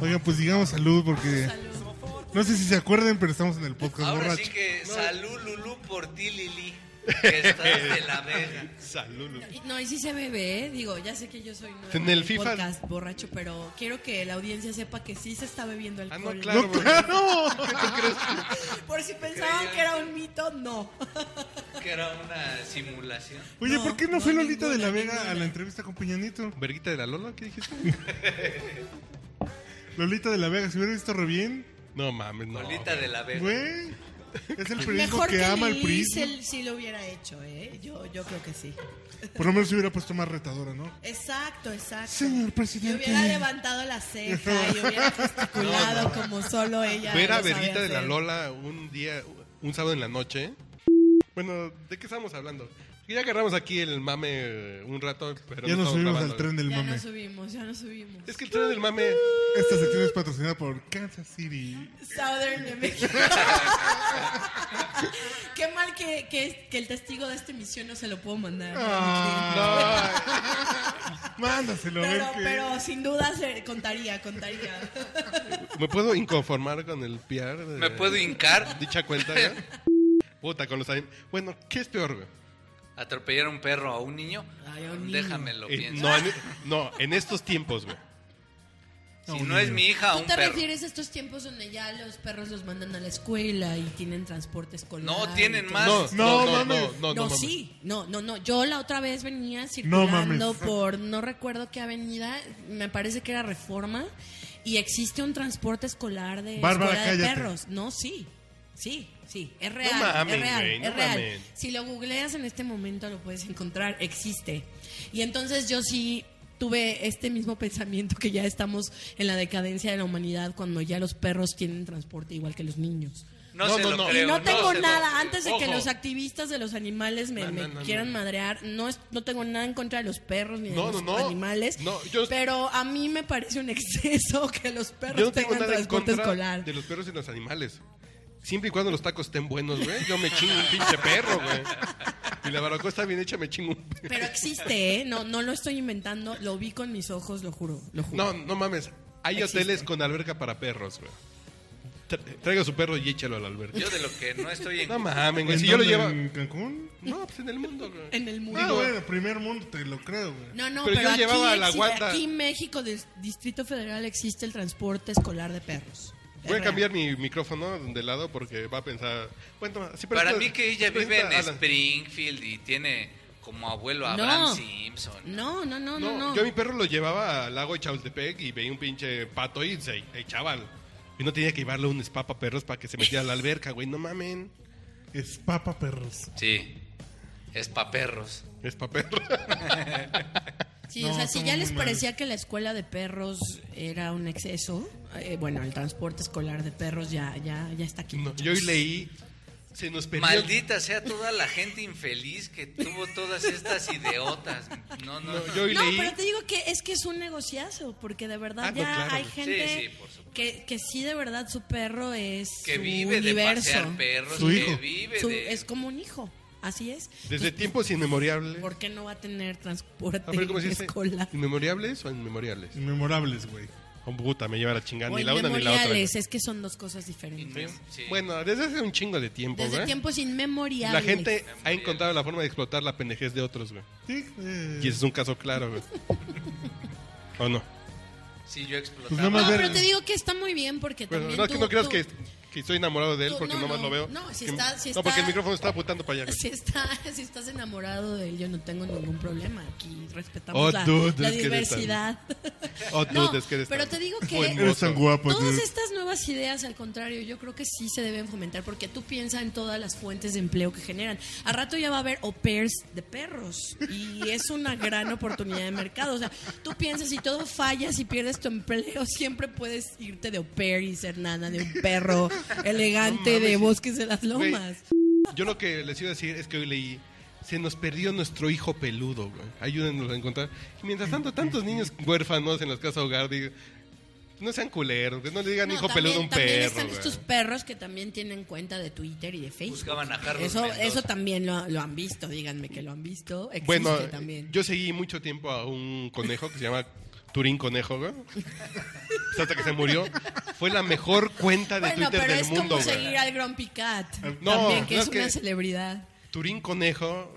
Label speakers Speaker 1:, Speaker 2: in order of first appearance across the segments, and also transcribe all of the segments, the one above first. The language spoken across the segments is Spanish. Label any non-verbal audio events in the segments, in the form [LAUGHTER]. Speaker 1: Oiga, pues digamos salud porque
Speaker 2: Salud.
Speaker 1: no sé si se acuerden, pero estamos en el podcast
Speaker 3: Ahora
Speaker 1: borracho.
Speaker 3: sí que salud, Lulú, por ti, Lili. Que estás de la verga.
Speaker 4: Salud. Lulu.
Speaker 2: Y- No, y sí se bebe, ¿eh? digo, ya sé que yo soy nueva
Speaker 4: En el FIFA.
Speaker 2: podcast borracho, pero quiero que la audiencia sepa que sí se está bebiendo
Speaker 4: Ah,
Speaker 2: alcohol.
Speaker 4: no, claro.
Speaker 1: No, claro.
Speaker 2: Por si pensaban que era un mito, no.
Speaker 3: Que era una simulación.
Speaker 1: Oye,
Speaker 2: No,
Speaker 1: ¿por qué no,
Speaker 2: no,
Speaker 1: fue Lolita de la
Speaker 2: ninguna,
Speaker 1: Vega a la
Speaker 2: ninguna.
Speaker 1: entrevista con Peñanito?
Speaker 4: ¿Verguita de la Lola? ¿Qué dijiste?
Speaker 1: Lolita de la Vega, se hubiera visto re bien,
Speaker 4: No mames, no.
Speaker 3: Lolita de la verga.
Speaker 1: güey. Es el periódico
Speaker 2: Mejor
Speaker 1: que,
Speaker 2: que,
Speaker 1: ama el PRI.
Speaker 2: Lili se- sí lo hubiera hecho, ¿eh? Yo, yo creo que sí.
Speaker 1: Por lo menos se hubiera puesto más retadora, ¿no?
Speaker 2: Exacto, exacto.
Speaker 1: Señor presidente.
Speaker 2: Y hubiera levantado la ceja
Speaker 4: [LAUGHS]
Speaker 2: y hubiera gesticulado como solo ella.
Speaker 4: Ver a
Speaker 2: lo sabe
Speaker 4: Verguita de la
Speaker 2: hacer.
Speaker 4: Lola un día, un sábado en la noche. Bueno, ¿de qué estamos hablando? Ya agarramos aquí el mame eh, un rato, pero
Speaker 1: Ya
Speaker 4: no
Speaker 1: nos
Speaker 4: estamos
Speaker 1: subimos
Speaker 4: grabando.
Speaker 1: al tren del
Speaker 2: Ya
Speaker 1: mame.
Speaker 2: no subimos, ya no subimos.
Speaker 4: Es que el tren del mame.
Speaker 1: Esta sección es patrocinada por Kansas City.
Speaker 2: Southern de México.
Speaker 3: [LAUGHS]
Speaker 2: Qué mal que, que, que el testigo de esta emisión no se lo puedo mandar.
Speaker 1: Ah, Mándaselo, a ver
Speaker 2: Pero,
Speaker 1: qué-
Speaker 2: pero sin duda se contaría, contaría.
Speaker 4: ¿Me puedo inconformar con el PR? de-
Speaker 3: ¿Me puedo hincar?
Speaker 4: Dicha cuenta, güey? Puta, con los años. Bueno, ¿qué es peor, güey?
Speaker 3: ¿Atropellar a un perro o a un niño?
Speaker 2: Ay, a un niño.
Speaker 3: Déjamelo,
Speaker 4: Eh,
Speaker 3: pienso.
Speaker 4: no, en, no, en estos tiempos, güey.
Speaker 3: si no es mi hija, a
Speaker 2: ¿Tú
Speaker 3: un
Speaker 2: te
Speaker 3: perro.
Speaker 2: refieres a estos tiempos donde ya los perros los mandan a la escuela y tienen transporte escolar?
Speaker 3: No,
Speaker 2: y
Speaker 3: tienen
Speaker 2: todo?
Speaker 3: más.
Speaker 1: No,
Speaker 4: No, no, no, no,
Speaker 1: mames.
Speaker 4: no, no,
Speaker 2: No,
Speaker 4: mames.
Speaker 2: sí, no, no, no. Yo la otra vez venía circulando
Speaker 1: mames.
Speaker 2: por no recuerdo qué avenida, me parece que era Reforma, y existe un transporte escolar de
Speaker 1: Bárbara,
Speaker 2: escuela de
Speaker 1: cállate.
Speaker 2: perros. No, sí, sí, sí, es real,
Speaker 4: mames,
Speaker 2: es real,
Speaker 4: güey, no
Speaker 2: es real.
Speaker 4: mames.
Speaker 2: Si lo googleas en este momento lo puedes encontrar, existe. Y entonces yo sí tuve este mismo [LAUGHS] pensamiento que ya estamos en la decadencia de la humanidad cuando ya los perros tienen transporte igual que los niños.
Speaker 3: No,
Speaker 4: No,
Speaker 3: se
Speaker 4: no,
Speaker 3: lo
Speaker 4: no.
Speaker 3: creo.
Speaker 2: Y no tengo
Speaker 3: se lo
Speaker 2: nada,
Speaker 3: creo.
Speaker 2: antes de que
Speaker 4: Ojo.
Speaker 2: los activistas de los animales me,
Speaker 4: No,
Speaker 2: me
Speaker 4: no, no,
Speaker 2: quieran
Speaker 4: no.
Speaker 2: madrear, no, es- no tengo nada en contra de los perros ni de
Speaker 4: No,
Speaker 2: los
Speaker 4: no, no.
Speaker 2: animales,
Speaker 4: No, yo-
Speaker 2: pero a mí me parece un [LAUGHS] exceso que los perros
Speaker 4: Yo no tengo
Speaker 2: tengan
Speaker 4: nada en
Speaker 2: transporte
Speaker 4: contra
Speaker 2: escolar.
Speaker 4: de los perros y los animales. Siempre y cuando los tacos estén buenos, güey, yo me chingo un pinche perro, güey. Y la barbacoa está bien hecha, me chingo un perro.
Speaker 2: Pero existe, ¿eh? No, no lo estoy inventando, lo vi con mis ojos, lo juro, lo juro.
Speaker 4: No, no mames. Hay
Speaker 2: Existe.
Speaker 4: hoteles con alberca para perros, güey. Tra- Traiga su perro y échalo a la alberca.
Speaker 3: Yo de lo que no estoy
Speaker 4: [LAUGHS]
Speaker 3: en...
Speaker 4: No mames, güey.
Speaker 1: ¿En
Speaker 4: Si yo lo
Speaker 1: dónde?
Speaker 4: llevo...
Speaker 1: ¿En Cancún?
Speaker 4: No, pues en el mundo, güey.
Speaker 2: En el
Speaker 1: Ah,
Speaker 2: mundo.
Speaker 1: bueno, primer mundo, te lo creo, güey.
Speaker 2: No, no,
Speaker 4: Pero
Speaker 2: pero,
Speaker 4: yo
Speaker 2: aquí,
Speaker 4: llevaba la
Speaker 2: exi-
Speaker 4: guanta.
Speaker 2: aquí en México, del Distrito Federal, existe el transporte escolar de perros. Es
Speaker 4: Voy a
Speaker 2: real.
Speaker 4: cambiar mi micrófono de lado porque va a pensar... Bueno, sí, pero
Speaker 3: Para
Speaker 4: esto-
Speaker 3: mí que ella
Speaker 4: esto
Speaker 3: vive en
Speaker 4: está- Alan.
Speaker 3: Springfield y tiene como abuelo a
Speaker 2: No.
Speaker 3: Abraham Simpson.
Speaker 2: No, no, no, no,
Speaker 4: No,
Speaker 2: no.
Speaker 4: yo a mi perro lo llevaba al lago de Chapultepec y veía un pinche pato y se echaba. al- Y no tenía que llevarle un spa para perros para que se metiera a la alberca, güey. No mamen.
Speaker 1: Es papa perros.
Speaker 3: Sí, es pa' perros.
Speaker 4: Es
Speaker 2: [LAUGHS]
Speaker 4: para perros.
Speaker 2: Sí,
Speaker 1: No,
Speaker 2: o sea, si
Speaker 1: somos
Speaker 2: ya
Speaker 1: muy
Speaker 2: les
Speaker 1: malos.
Speaker 2: parecía que la escuela de perros era un exceso, eh, bueno, el transporte escolar de perros ya, ya, ya está aquí.
Speaker 4: No,
Speaker 2: muchachos.
Speaker 4: yo hoy leí. Se nos perdió.
Speaker 3: Maldita sea toda la gente infeliz que tuvo todas estas ideotas. No, no,
Speaker 4: No,
Speaker 3: no.
Speaker 4: yo hoy
Speaker 2: No,
Speaker 4: leí.
Speaker 2: pero te digo que es que es un negociazo, porque de verdad
Speaker 4: Ah, no,
Speaker 2: ya
Speaker 4: claro.
Speaker 2: hay
Speaker 4: Sí,
Speaker 2: gente
Speaker 3: sí, por supuesto.
Speaker 2: que, que sí de verdad su perro es
Speaker 3: que
Speaker 2: su
Speaker 3: vive de
Speaker 2: universo.
Speaker 3: pasear perros,
Speaker 1: Su
Speaker 3: que
Speaker 1: hijo.
Speaker 3: vive
Speaker 2: Su-
Speaker 3: de...
Speaker 2: Es como un hijo, así es.
Speaker 4: Desde Ah,
Speaker 2: Entonces,
Speaker 4: tiempos inmemoriables.
Speaker 2: ¿Por qué no va a tener transporte
Speaker 4: A ver, ¿cómo
Speaker 2: [LAUGHS]
Speaker 4: se dice?
Speaker 2: escolar?
Speaker 4: ¿Inmemoriables o inmemoriales?
Speaker 1: Inmemorables, güey.
Speaker 4: Oh, puta, me lleva la chingada.
Speaker 2: O
Speaker 4: Ni la una ni la otra.
Speaker 2: inmemoriales, es que son dos cosas diferentes.
Speaker 1: Pues,
Speaker 3: Sí, sí.
Speaker 4: Bueno, desde hace un chingo de tiempo,
Speaker 2: Desde
Speaker 4: güey.
Speaker 2: tiempos inmemoriales.
Speaker 4: La gente ha encontrado la forma de explotar la pendejez de otros, güey.
Speaker 1: Sí, eh,
Speaker 4: Y ese es un caso
Speaker 2: [LAUGHS]
Speaker 4: claro, güey. ¿O no?
Speaker 3: Sí, yo explotaba.
Speaker 1: Pues nada más
Speaker 2: No,
Speaker 1: ver-
Speaker 2: pero te digo que está muy bien porque
Speaker 4: Bueno,
Speaker 2: también
Speaker 4: no,
Speaker 2: tú-
Speaker 4: que no creas
Speaker 2: tú-
Speaker 4: que, que estoy enamorado de él
Speaker 2: tú-
Speaker 4: porque
Speaker 2: no,
Speaker 4: nomás
Speaker 2: no,
Speaker 4: lo veo.
Speaker 2: no, si
Speaker 4: Que-
Speaker 2: está- si
Speaker 4: no, porque
Speaker 2: está-
Speaker 4: el micrófono está apuntando
Speaker 2: [LAUGHS]
Speaker 4: para allá.
Speaker 2: Si, está, si estás enamorado de él, yo no tengo ningún problema. Aquí respetamos
Speaker 4: Oh,
Speaker 2: la,
Speaker 4: dude,
Speaker 2: la
Speaker 4: es que eres
Speaker 2: diversidad.
Speaker 4: Oh,
Speaker 2: No,
Speaker 4: dude, es que eres
Speaker 2: pero
Speaker 4: tan
Speaker 2: te digo que-
Speaker 4: buen mozo.
Speaker 1: Eres tan guapo,
Speaker 4: Pues
Speaker 2: Todas
Speaker 1: dude.
Speaker 2: estas nuevas ideas, al contrario, yo creo que sí se deben fomentar porque tú piensas en todas las fuentes de empleo que generan. A rato ya va a haber au pairs de perros y es una gran oportunidad de mercado. O sea, tú piensas si todo falla, si pierdes tu empleo, siempre puedes irte de au pair y ser nana de un perro elegante
Speaker 4: No mames,
Speaker 2: de
Speaker 4: sí.
Speaker 2: bosques de las
Speaker 4: Güey,
Speaker 2: lomas.
Speaker 4: Yo lo que les iba a decir es que hoy leí. Se nos perdió nuestro hijo peludo, güey. Ayúdenos a encontrar. Y mientras tanto, tantos niños huérfanos en las casas hogar, digo, no sean culeros, que no le digan
Speaker 2: No,
Speaker 4: hijo
Speaker 2: también-
Speaker 4: peludo a un
Speaker 2: también
Speaker 4: perro.
Speaker 2: están
Speaker 4: güey.
Speaker 2: estos perros que también tienen cuenta de Twitter y de Facebook.
Speaker 3: Buscaban a Carlos
Speaker 2: eso,
Speaker 3: Mendoza.
Speaker 2: eso también lo, lo han visto, díganme que lo han visto. Existe
Speaker 4: Bueno,
Speaker 2: también.
Speaker 4: yo seguí mucho tiempo a un conejo que se llama Turín Conejo, güey. Pues hasta que se murió. Fue la mejor cuenta de
Speaker 2: Bueno,
Speaker 4: Twitter
Speaker 2: pero
Speaker 4: del
Speaker 2: es
Speaker 4: mundo,
Speaker 2: como
Speaker 4: güey.
Speaker 2: seguir al Grumpy Cat.
Speaker 4: No,
Speaker 2: también, que
Speaker 4: no
Speaker 2: es
Speaker 4: es que-
Speaker 2: una celebridad.
Speaker 4: Turín Conejo,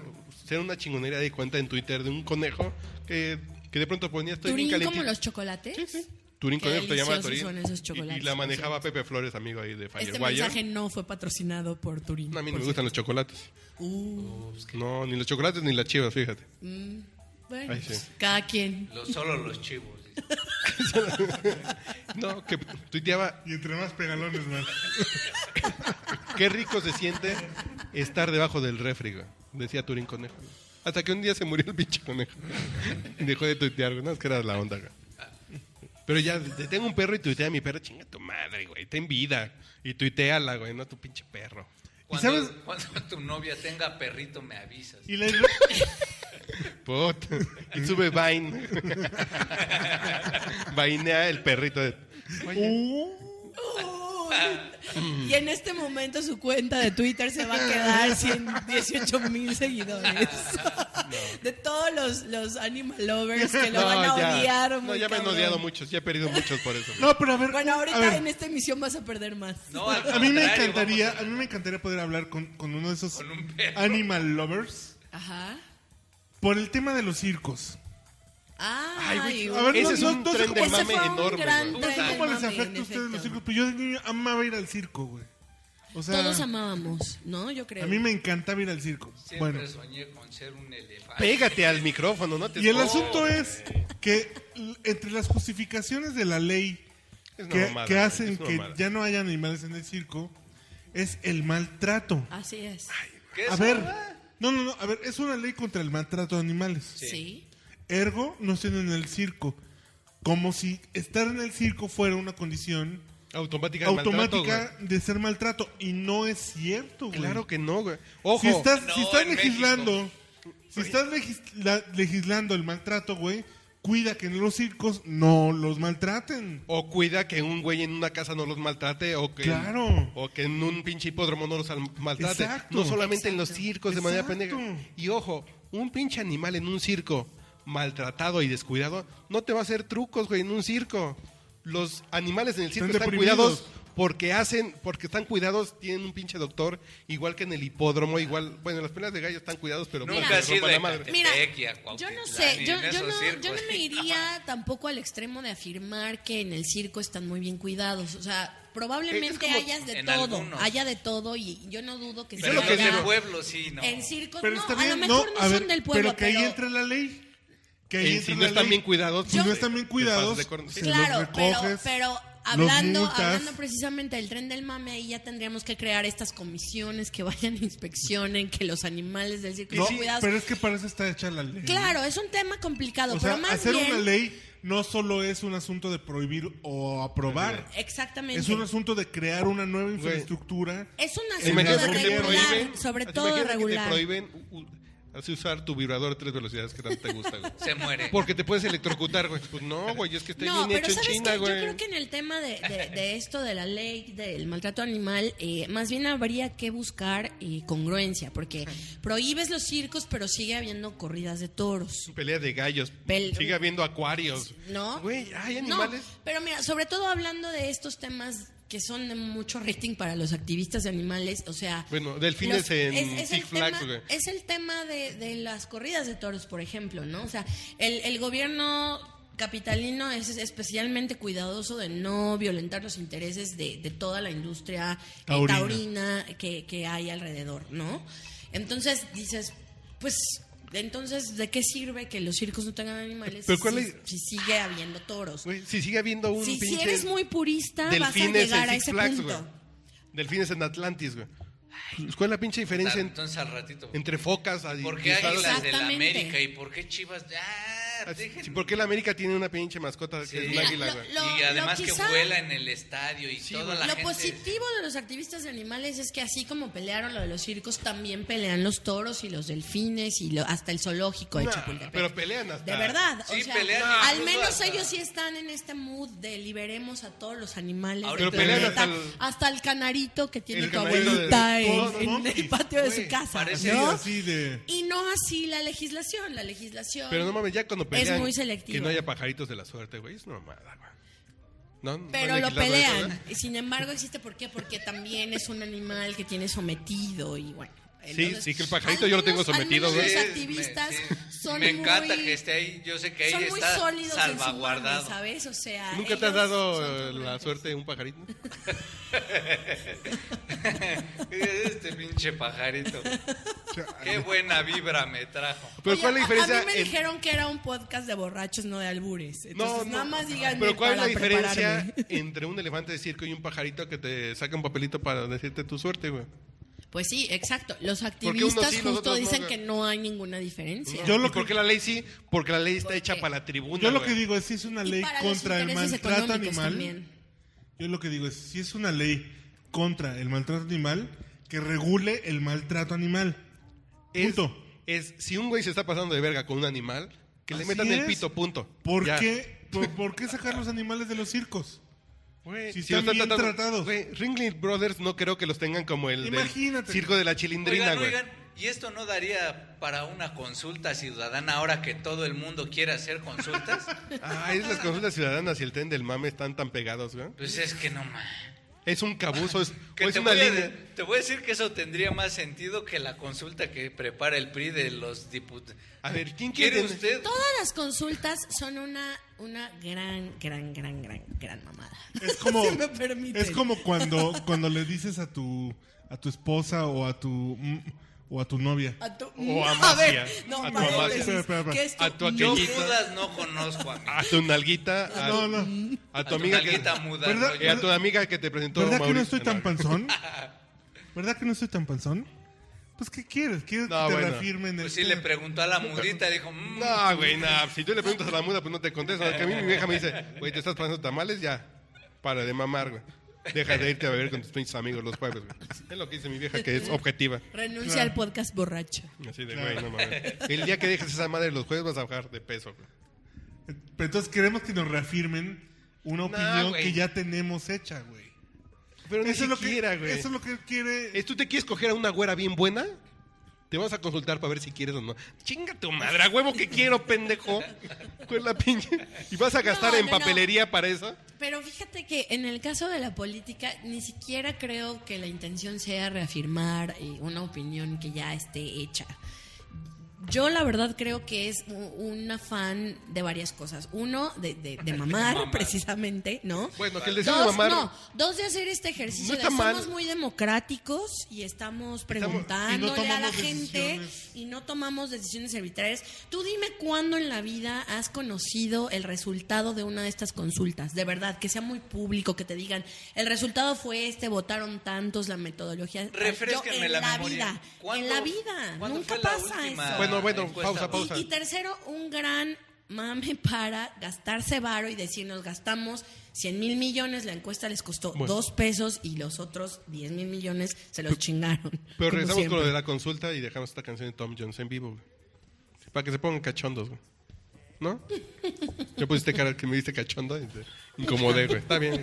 Speaker 4: ser una chingonería de cuenta en Twitter de un conejo que, que de pronto ponía estoy bien
Speaker 2: Turín
Speaker 4: calentito".
Speaker 2: como los chocolates.
Speaker 4: Sí, sí. Turín
Speaker 2: Qué
Speaker 4: Conejo te llama
Speaker 2: deliciosos
Speaker 4: Turín.
Speaker 2: son esos
Speaker 4: Y-
Speaker 2: chocolates,
Speaker 4: y, la
Speaker 2: por
Speaker 4: manejaba Pepe Flores, amigo ahí de
Speaker 2: Este
Speaker 4: Firewire.
Speaker 2: mensaje no fue patrocinado por Turín.
Speaker 4: No, a mí no
Speaker 2: por
Speaker 4: me gustan los chocolates.
Speaker 2: cierto. Uh,
Speaker 4: No, ni los chocolates ni las chivas, fíjate.
Speaker 2: bueno,
Speaker 4: Ay, sí.
Speaker 2: pues, cada quien.
Speaker 3: Lo- solo los chivos. dice.
Speaker 4: No, que tuiteaba,
Speaker 1: Y entre más pegalones, más.
Speaker 4: qué rico se siente estar debajo del refri, güey", decía Turín Conejo. Hasta que un día se murió el pinche conejo. Y dejó de tuitear, güey. No, es que era la onda, güey. Pero ya, te- tengo un perro y tuitea a mi perro, chinga tu madre, güey, ten vida. Y tuiteala, güey, no a tu pinche perro.
Speaker 3: Cuando,
Speaker 1: sabes-
Speaker 3: cuando tu novia tenga perrito, me avisas.
Speaker 1: Y la, ilu-
Speaker 4: Put. Y sube Vine. [LAUGHS] Vainea el perrito. de- Oye,
Speaker 1: Uh.
Speaker 2: Y en este momento su cuenta de Twitter se va a quedar 118 mil seguidores. De todos los, los animal lovers que lo van a odiar.
Speaker 4: no,
Speaker 2: muy
Speaker 4: ya me han
Speaker 2: cabrón.
Speaker 4: odiado muchos, ya he perdido muchos por eso. güey.
Speaker 1: No, pero a ver.
Speaker 2: Bueno,
Speaker 1: a
Speaker 2: ahorita
Speaker 1: ver,
Speaker 2: en esta emisión vas a perder más.
Speaker 3: No, al
Speaker 1: A mí me
Speaker 3: contrario,
Speaker 1: encantaría,
Speaker 3: vamos
Speaker 1: a mí me encantaría poder hablar con, con uno de esos
Speaker 3: Con un perro.
Speaker 1: animal lovers
Speaker 2: Ajá.
Speaker 1: por el tema de los circos.
Speaker 2: Ah,
Speaker 4: Ay, güey,
Speaker 2: y-
Speaker 1: a ver,
Speaker 4: ese
Speaker 1: no,
Speaker 4: es
Speaker 1: no,
Speaker 4: un
Speaker 1: entonces,
Speaker 4: tren de
Speaker 1: ¿cómo-
Speaker 2: ese
Speaker 4: mame
Speaker 2: Pues fue un
Speaker 4: enorme.
Speaker 2: gran
Speaker 4: güey.
Speaker 1: No sé
Speaker 2: Ay,
Speaker 1: cómo les
Speaker 2: mami, en
Speaker 1: afecta a ustedes los
Speaker 2: efecto.
Speaker 1: circos, pero yo de niño amaba ir al circo, güey. O sea,
Speaker 2: Todos amábamos, ¿no? Yo creo.
Speaker 1: a mí me encantaba ir al circo.
Speaker 3: Siempre
Speaker 1: Bueno,
Speaker 3: soñé con ser un elefante.
Speaker 4: Pégate al micrófono, no te
Speaker 1: y el
Speaker 4: No,
Speaker 1: asunto es que l- entre las justificaciones de la ley
Speaker 4: es una
Speaker 1: que,
Speaker 4: mamada,
Speaker 1: que
Speaker 4: güey,
Speaker 1: hacen
Speaker 4: es una
Speaker 1: que
Speaker 4: mamada.
Speaker 1: ya no haya animales en el circo es el maltrato.
Speaker 2: Así es.
Speaker 3: ¿Qué es
Speaker 1: A ver,
Speaker 3: ahora?
Speaker 1: no, no, no, a ver, es una ley contra el maltrato de animales.
Speaker 2: sí.
Speaker 1: Ergo, no estén en el circo. Como si estar en el circo fuera una condición
Speaker 4: automática de maltrato,
Speaker 1: automática de ser maltrato. Y no es cierto,
Speaker 4: güey.
Speaker 1: güey.
Speaker 4: Claro que no, güey. Ojo.
Speaker 1: Si estás,
Speaker 3: No,
Speaker 1: si estás
Speaker 3: en
Speaker 1: legislando, si estás legis- la- legislando el maltrato, güey, cuida que en los circos no los maltraten.
Speaker 4: O cuida que un güey en una casa no los maltrate o que,
Speaker 1: Claro.
Speaker 4: o que en un pinche hipódromo no los al- maltrate.
Speaker 1: Exacto.
Speaker 4: No solamente en los circos de manera
Speaker 1: Exacto.
Speaker 4: pendeja. Y ojo, un pinche animal en un circo maltratado y descuidado no te va a hacer trucos, güey, en un circo. Los animales en el circo
Speaker 1: Están
Speaker 4: están
Speaker 1: deprimidos.
Speaker 4: cuidados porque hacen, porque están cuidados, tienen un pinche doctor, igual que en el hipódromo, igual, bueno, las peleas de gallo están cuidados, pero
Speaker 3: Nunca
Speaker 4: pues,
Speaker 3: has
Speaker 4: les
Speaker 3: ido
Speaker 4: rompan
Speaker 3: a Ecatepec.
Speaker 2: Mira,
Speaker 3: y a Cuautitlán
Speaker 2: yo no sé,
Speaker 3: y
Speaker 2: yo,
Speaker 3: en
Speaker 2: yo
Speaker 3: esos
Speaker 2: no,
Speaker 3: circos.
Speaker 2: yo no me iría tampoco al extremo de afirmar que en el circo están muy bien cuidados. O sea, probablemente
Speaker 4: como
Speaker 2: hayas de
Speaker 3: en
Speaker 2: todo,
Speaker 3: algunos.
Speaker 2: haya de todo y yo no dudo que
Speaker 3: Pero
Speaker 4: lo que
Speaker 3: en
Speaker 2: haya-
Speaker 3: el pueblo sí, no.
Speaker 2: En circos,
Speaker 1: Pero
Speaker 2: Pues no,
Speaker 1: está
Speaker 2: a lo
Speaker 1: bien,
Speaker 2: mejor no,
Speaker 1: a
Speaker 2: son
Speaker 1: ver,
Speaker 2: del pueblo,
Speaker 1: Pero que ahí
Speaker 2: pero-
Speaker 1: entra la ley. Que ahí
Speaker 4: Eh,
Speaker 1: entra
Speaker 4: Si no
Speaker 1: la
Speaker 4: están
Speaker 1: ley.
Speaker 4: bien cuidados,
Speaker 1: Si no
Speaker 4: pues,
Speaker 1: están bien
Speaker 4: te pasas
Speaker 1: cuidados,
Speaker 4: de corno.
Speaker 1: se los
Speaker 2: Claro,
Speaker 1: recoges,
Speaker 2: pero, pero
Speaker 1: los
Speaker 2: hablando,
Speaker 1: multas.
Speaker 2: hablando precisamente del tren del mame, ahí ya tendríamos que crear estas comisiones que vayan [LAUGHS] e inspeccionen, que los animales del circo
Speaker 1: No,
Speaker 2: estén cuidados.
Speaker 1: pero es que para eso está hecha la ley.
Speaker 2: Claro, es un tema complicado,
Speaker 1: O
Speaker 2: pero
Speaker 1: sea,
Speaker 2: más
Speaker 1: hacer
Speaker 2: bien...
Speaker 1: una ley no solo es un asunto de prohibir o aprobar.
Speaker 2: Exactamente.
Speaker 1: Es un asunto de crear una nueva
Speaker 4: Güey.
Speaker 1: infraestructura.
Speaker 2: Es un asunto
Speaker 4: Imagínate
Speaker 2: de
Speaker 4: que te
Speaker 2: regular,
Speaker 4: prohíben,
Speaker 2: sobre
Speaker 4: así
Speaker 2: todo
Speaker 4: imagínate que
Speaker 2: regular.
Speaker 4: te prohíben u- u- así usar tu vibrador a tres velocidades que tanto te gusta, güey.
Speaker 3: Se muere.
Speaker 4: Porque te puedes electrocutar, güey. Pues no, güey, es que está
Speaker 2: No, pero
Speaker 4: bien hecho en
Speaker 2: sabes
Speaker 4: China,
Speaker 2: que yo
Speaker 4: güey.
Speaker 2: creo que en el tema de, de- de esto de la ley del maltrato animal, eh, más bien habría que buscar eh, congruencia, porque prohíbes los circos, pero sigue habiendo corridas de toros.
Speaker 4: Pelea de gallos.
Speaker 2: Pel-
Speaker 4: Sigue habiendo acuarios.
Speaker 2: ¿No?
Speaker 4: Güey, hay
Speaker 2: No,
Speaker 4: animales.
Speaker 2: pero mira, sobre todo hablando de estos temas que son de mucho rating para los activistas de animales, o sea...
Speaker 4: Bueno, delfines
Speaker 2: los-
Speaker 4: en
Speaker 2: el
Speaker 4: Six Flags,
Speaker 2: tema,
Speaker 4: güey.
Speaker 2: es el tema de, de las corridas de toros, por ejemplo, ¿no? O sea, el, el gobierno capitalino es especialmente cuidadoso de no violentar los intereses de, de toda la industria eh,
Speaker 1: Taurina.
Speaker 2: taurina que, que hay alrededor, ¿no? Entonces dices, pues... Entonces, ¿de qué sirve que los circos no tengan animales
Speaker 4: Pero
Speaker 2: si-
Speaker 4: ¿cuál es-
Speaker 2: si sigue habiendo toros?
Speaker 4: Güey, si sigue habiendo un
Speaker 2: si, si
Speaker 4: pinche...
Speaker 2: eres muy purista, vas a
Speaker 4: delfines
Speaker 2: llegar
Speaker 4: en
Speaker 2: a
Speaker 4: Six
Speaker 2: ese
Speaker 4: Flags, güey.
Speaker 2: punto.
Speaker 4: Delfines en Atlantis, güey. Pues, ¿Cuál es la pinche diferencia en-
Speaker 3: Entonces al ratito.
Speaker 4: entre focas? a-
Speaker 3: ¿Por qué águilas de la
Speaker 2: Exactamente.
Speaker 3: América? ¿Y por qué chivas? Ah, dejen-
Speaker 4: Sí, ¿Por qué la América tiene una pinche mascota que
Speaker 3: Sí.
Speaker 4: es un
Speaker 3: Mira,
Speaker 4: águila,
Speaker 2: lo-
Speaker 4: güey?
Speaker 2: lo-
Speaker 3: y además
Speaker 2: lo
Speaker 3: que
Speaker 2: quizá-
Speaker 3: vuela en el estadio y toda la
Speaker 2: Lo
Speaker 3: gente.
Speaker 2: positivo de los activistas de animales es que así como pelearon lo de los circos, también pelean los toros y los delfines y lo- hasta el zoológico de
Speaker 4: Nah,
Speaker 2: Chapultepec.
Speaker 4: pero pelean hasta-
Speaker 2: De verdad.
Speaker 3: Sí,
Speaker 2: o sea,
Speaker 3: pelean
Speaker 2: al
Speaker 3: incluso
Speaker 2: menos
Speaker 3: hasta-
Speaker 2: ellos sí están en este mood de liberemos a todos los animales.
Speaker 3: Ahora,
Speaker 2: del
Speaker 3: pero pelean
Speaker 2: planeta,
Speaker 4: hasta el-
Speaker 2: hasta el canarito que tiene
Speaker 4: El
Speaker 2: tu
Speaker 4: canarito
Speaker 2: abuelita
Speaker 1: de-
Speaker 2: en,
Speaker 1: Todos los
Speaker 2: en el
Speaker 1: monkeys,
Speaker 2: patio de su
Speaker 1: güey,
Speaker 2: casa.
Speaker 3: parece
Speaker 1: Sí,
Speaker 2: ¿no?
Speaker 1: así de...
Speaker 2: Y no así la legislación. La legislación.
Speaker 4: Pero no mames, ya cuando pelean.
Speaker 2: muy selectiva.
Speaker 4: Que no haya pajaritos de la suerte, güey. Es una mamada, güey. No, no
Speaker 2: Pero
Speaker 4: hay
Speaker 2: lo
Speaker 4: legislado eso,
Speaker 2: pelean.
Speaker 4: ¿verdad?
Speaker 2: Y sin embargo existe por qué, porque también es un animal que tiene sometido y bueno.
Speaker 4: sí, que el pajarito yo lo tengo sometido,
Speaker 2: Los
Speaker 4: güey.
Speaker 2: activistas
Speaker 3: me, sí.
Speaker 2: son
Speaker 3: Me encanta
Speaker 2: muy-
Speaker 3: que esté ahí. Yo sé que
Speaker 2: son
Speaker 3: ahí
Speaker 2: muy
Speaker 3: está
Speaker 2: sólidos en su
Speaker 3: salvaguardado.
Speaker 2: orden, ¿sabes? O sea,
Speaker 4: ¿Nunca te has
Speaker 2: Ah, ellos
Speaker 4: dado
Speaker 2: son
Speaker 4: la
Speaker 2: tolerantes.
Speaker 4: suerte de un pajarito?
Speaker 3: [LAUGHS] este pinche
Speaker 4: [LAUGHS]
Speaker 3: pajarito. Qué buena vibra me trajo.
Speaker 4: Pero
Speaker 2: Oye,
Speaker 4: ¿cuál es
Speaker 2: a-
Speaker 4: la diferencia?
Speaker 2: A, mí me
Speaker 4: en-
Speaker 2: dijeron que era un podcast de borrachos, no de albures. Entonces, nada más díganme
Speaker 4: Pero ¿cuál es la
Speaker 2: para
Speaker 4: diferencia
Speaker 2: prepararme.
Speaker 4: entre un elefante de circo y un pajarito que te saca un papelito para decirte tu suerte, güey?
Speaker 2: Pues sí, exacto. Los
Speaker 4: unos sí, los
Speaker 2: activistas justo
Speaker 4: otros no,
Speaker 2: dicen
Speaker 4: güey?
Speaker 2: que no hay ninguna diferencia.
Speaker 1: Yo
Speaker 4: Yo
Speaker 1: lo
Speaker 4: lo
Speaker 1: que-
Speaker 4: ¿Por qué la ley sí? Porque la ley está hecha
Speaker 2: Porque-
Speaker 4: para la tribuna.
Speaker 1: Yo lo
Speaker 4: güey.
Speaker 1: que digo es si es una
Speaker 2: Y
Speaker 1: ley
Speaker 2: para los
Speaker 1: contra el
Speaker 2: intereses
Speaker 1: maltrato
Speaker 2: económicos
Speaker 1: animal.
Speaker 2: también.
Speaker 1: Yo lo que digo es si es una ley contra el maltrato animal que regule el maltrato animal.
Speaker 4: es,
Speaker 1: Punto.
Speaker 4: es si un güey se está pasando de verga con un animal, que le
Speaker 1: Así
Speaker 4: metan el
Speaker 1: es.
Speaker 4: pito, punto.
Speaker 1: ¿Por
Speaker 4: Ya.
Speaker 1: qué por, por qué sacar los animales de los circos?
Speaker 4: Güey,
Speaker 1: Si
Speaker 4: lo
Speaker 1: están
Speaker 4: están
Speaker 1: bien
Speaker 4: tratando-
Speaker 1: tratados.
Speaker 4: Güey, Ringling Brothers no creo que los tengan como el del
Speaker 1: Imagínate.
Speaker 4: circo de la chilindrina,
Speaker 3: Oigan,
Speaker 4: güey.
Speaker 3: oigan, ¿y esto no daría para una consulta ciudadana ahora que todo el mundo quiere hacer
Speaker 2: [LAUGHS]
Speaker 3: consultas?
Speaker 4: Ah, es las consultas ciudadanas y el tren del mame están tan pegados, güey.
Speaker 3: Pues es que no más.
Speaker 4: Es un cabuzo, es,
Speaker 3: [LAUGHS] Que
Speaker 4: o es
Speaker 3: te,
Speaker 4: Pues una
Speaker 3: voy a,
Speaker 4: línea.
Speaker 3: te voy a decir que eso tendría más sentido que la consulta que prepara el PRI de los diputados.
Speaker 4: A ver, ¿quién
Speaker 3: ¿Quiere
Speaker 4: quiere?
Speaker 3: usted?
Speaker 2: Todas las consultas son una, una gran, gran, gran, gran, gran mamada.
Speaker 4: [LAUGHS]
Speaker 1: Es como
Speaker 2: Si me permiten.
Speaker 1: es como cuando cuando le dices a tu a tu esposa o a tu mm, o a tu novia.
Speaker 2: A tu,
Speaker 4: O a
Speaker 2: a ver,
Speaker 4: Macia.
Speaker 2: no,
Speaker 4: A tu
Speaker 2: paréntesis,
Speaker 4: Amacia.
Speaker 1: Espera, espera, espera.
Speaker 2: ¿qué es tu-
Speaker 4: A tu aquella-
Speaker 3: Yo
Speaker 2: no,
Speaker 3: mudas no conozco a mí.
Speaker 4: A tu nalguita, a,
Speaker 1: Ah, No, no.
Speaker 4: a tu amiga que,
Speaker 3: nalguita muda.
Speaker 1: ¿Verdad?
Speaker 3: ¿no?
Speaker 4: y a tu amiga que te presentó
Speaker 1: ¿Verdad que no
Speaker 4: Mauricio.
Speaker 1: estoy tan
Speaker 4: No, [LAUGHS]
Speaker 1: panzón? ¿Verdad que no estoy tan panzón? Pues ¿qué quieres? ¿Quieres
Speaker 4: No,
Speaker 1: que te
Speaker 4: bueno.
Speaker 1: reafirmen el
Speaker 3: Pues sí, le preguntó a la mudita, dijo, "Mm,
Speaker 4: No, güey, no. Si tú le preguntas a la muda, pues no te contesta. Que a mí mi vieja me dice, güey, ¿te estás pasando tamales? Ya. Para de mamar, güey. Deja de irte a beber con tus pinches amigos los jueves, güey. Es lo que dice mi vieja, que es objetiva.
Speaker 2: Renuncia
Speaker 1: Claro.
Speaker 2: al podcast borracho.
Speaker 4: Así de,
Speaker 1: Claro.
Speaker 4: güey, no mames. [LAUGHS] El día que dejes esa madre los jueves vas a bajar de peso, güey.
Speaker 1: Pero entonces queremos que nos reafirmen una opinión
Speaker 4: güey.
Speaker 1: que ya tenemos hecha, güey.
Speaker 4: Pero ni
Speaker 1: Eso, es lo que,
Speaker 4: siquiera, güey.
Speaker 1: eso es lo que quiere.
Speaker 4: ¿Es- ¿Tú te quieres coger a una güera bien buena? Te vas a consultar para ver si quieres o no. Chinga tu madre, a huevo que quiero, pendejo. ¿Cuál es la pinche? ¿Y vas a gastar
Speaker 2: No,
Speaker 4: en
Speaker 2: no, no.
Speaker 4: papelería para eso?
Speaker 2: Pero fíjate que en el caso de la política, ni siquiera creo que la intención sea reafirmar eh, una opinión que ya esté hecha. Yo la verdad creo que es u- un afán de varias cosas. Uno, de, de- de mamar, precisamente, ¿no?
Speaker 4: Bueno, que el deseo de
Speaker 2: Dos,
Speaker 4: mamar.
Speaker 2: no, dos de hacer este ejercicio. de
Speaker 4: No está mal.
Speaker 2: somos muy democráticos y estamos
Speaker 1: y no
Speaker 2: preguntándole a
Speaker 1: tomamos
Speaker 2: la gente
Speaker 1: decisiones.
Speaker 2: y no tomamos decisiones arbitrarias. Tú dime cuándo en la vida has conocido el resultado de una de estas consultas. De verdad, que sea muy público, que te digan, el resultado fue este, votaron tantos, la metodología. Yo,
Speaker 3: Refrésquenme
Speaker 2: en
Speaker 3: la
Speaker 2: la,
Speaker 3: memoria.
Speaker 2: vida. En
Speaker 3: ¿Cuándo-
Speaker 2: la vida.
Speaker 3: cuándo
Speaker 2: Nunca
Speaker 3: fue la
Speaker 2: pasa
Speaker 3: última
Speaker 2: eso.
Speaker 4: Bueno, bueno,
Speaker 3: encuesta?
Speaker 4: pausa, pausa.
Speaker 2: Y, y tercero, un gran mame para gastarse varo y decir, nos gastamos 100 mil millones, la encuesta les costó
Speaker 4: Bueno.
Speaker 2: dos pesos y los otros 10 mil millones se los chingaron.
Speaker 4: Pero
Speaker 2: como
Speaker 4: regresamos con lo
Speaker 2: siempre.
Speaker 4: de la consulta y dejamos esta canción de Tom Jones en vivo, güey. Para que se pongan cachondos, güey. ¿No? Yo pusiste cara que me diste cachondo y te incomodé, güey. Está bien.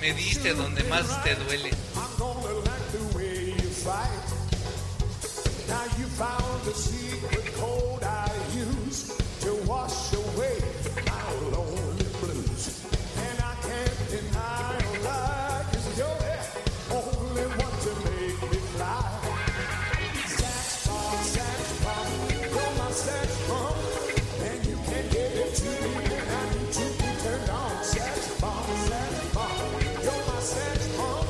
Speaker 3: me diste donde más te duele.
Speaker 5: I'm gonna like the way you fight. Now you found the secret code I use to wash away my lonely blues. And I can't deny your light, 'cause you're the only one to make me fly. Sax bomb, sax bomb, blow my sax bomb. And you can't get it to me when I need to be turned on. Sax bomb, sax bomb, you're my sax bomb.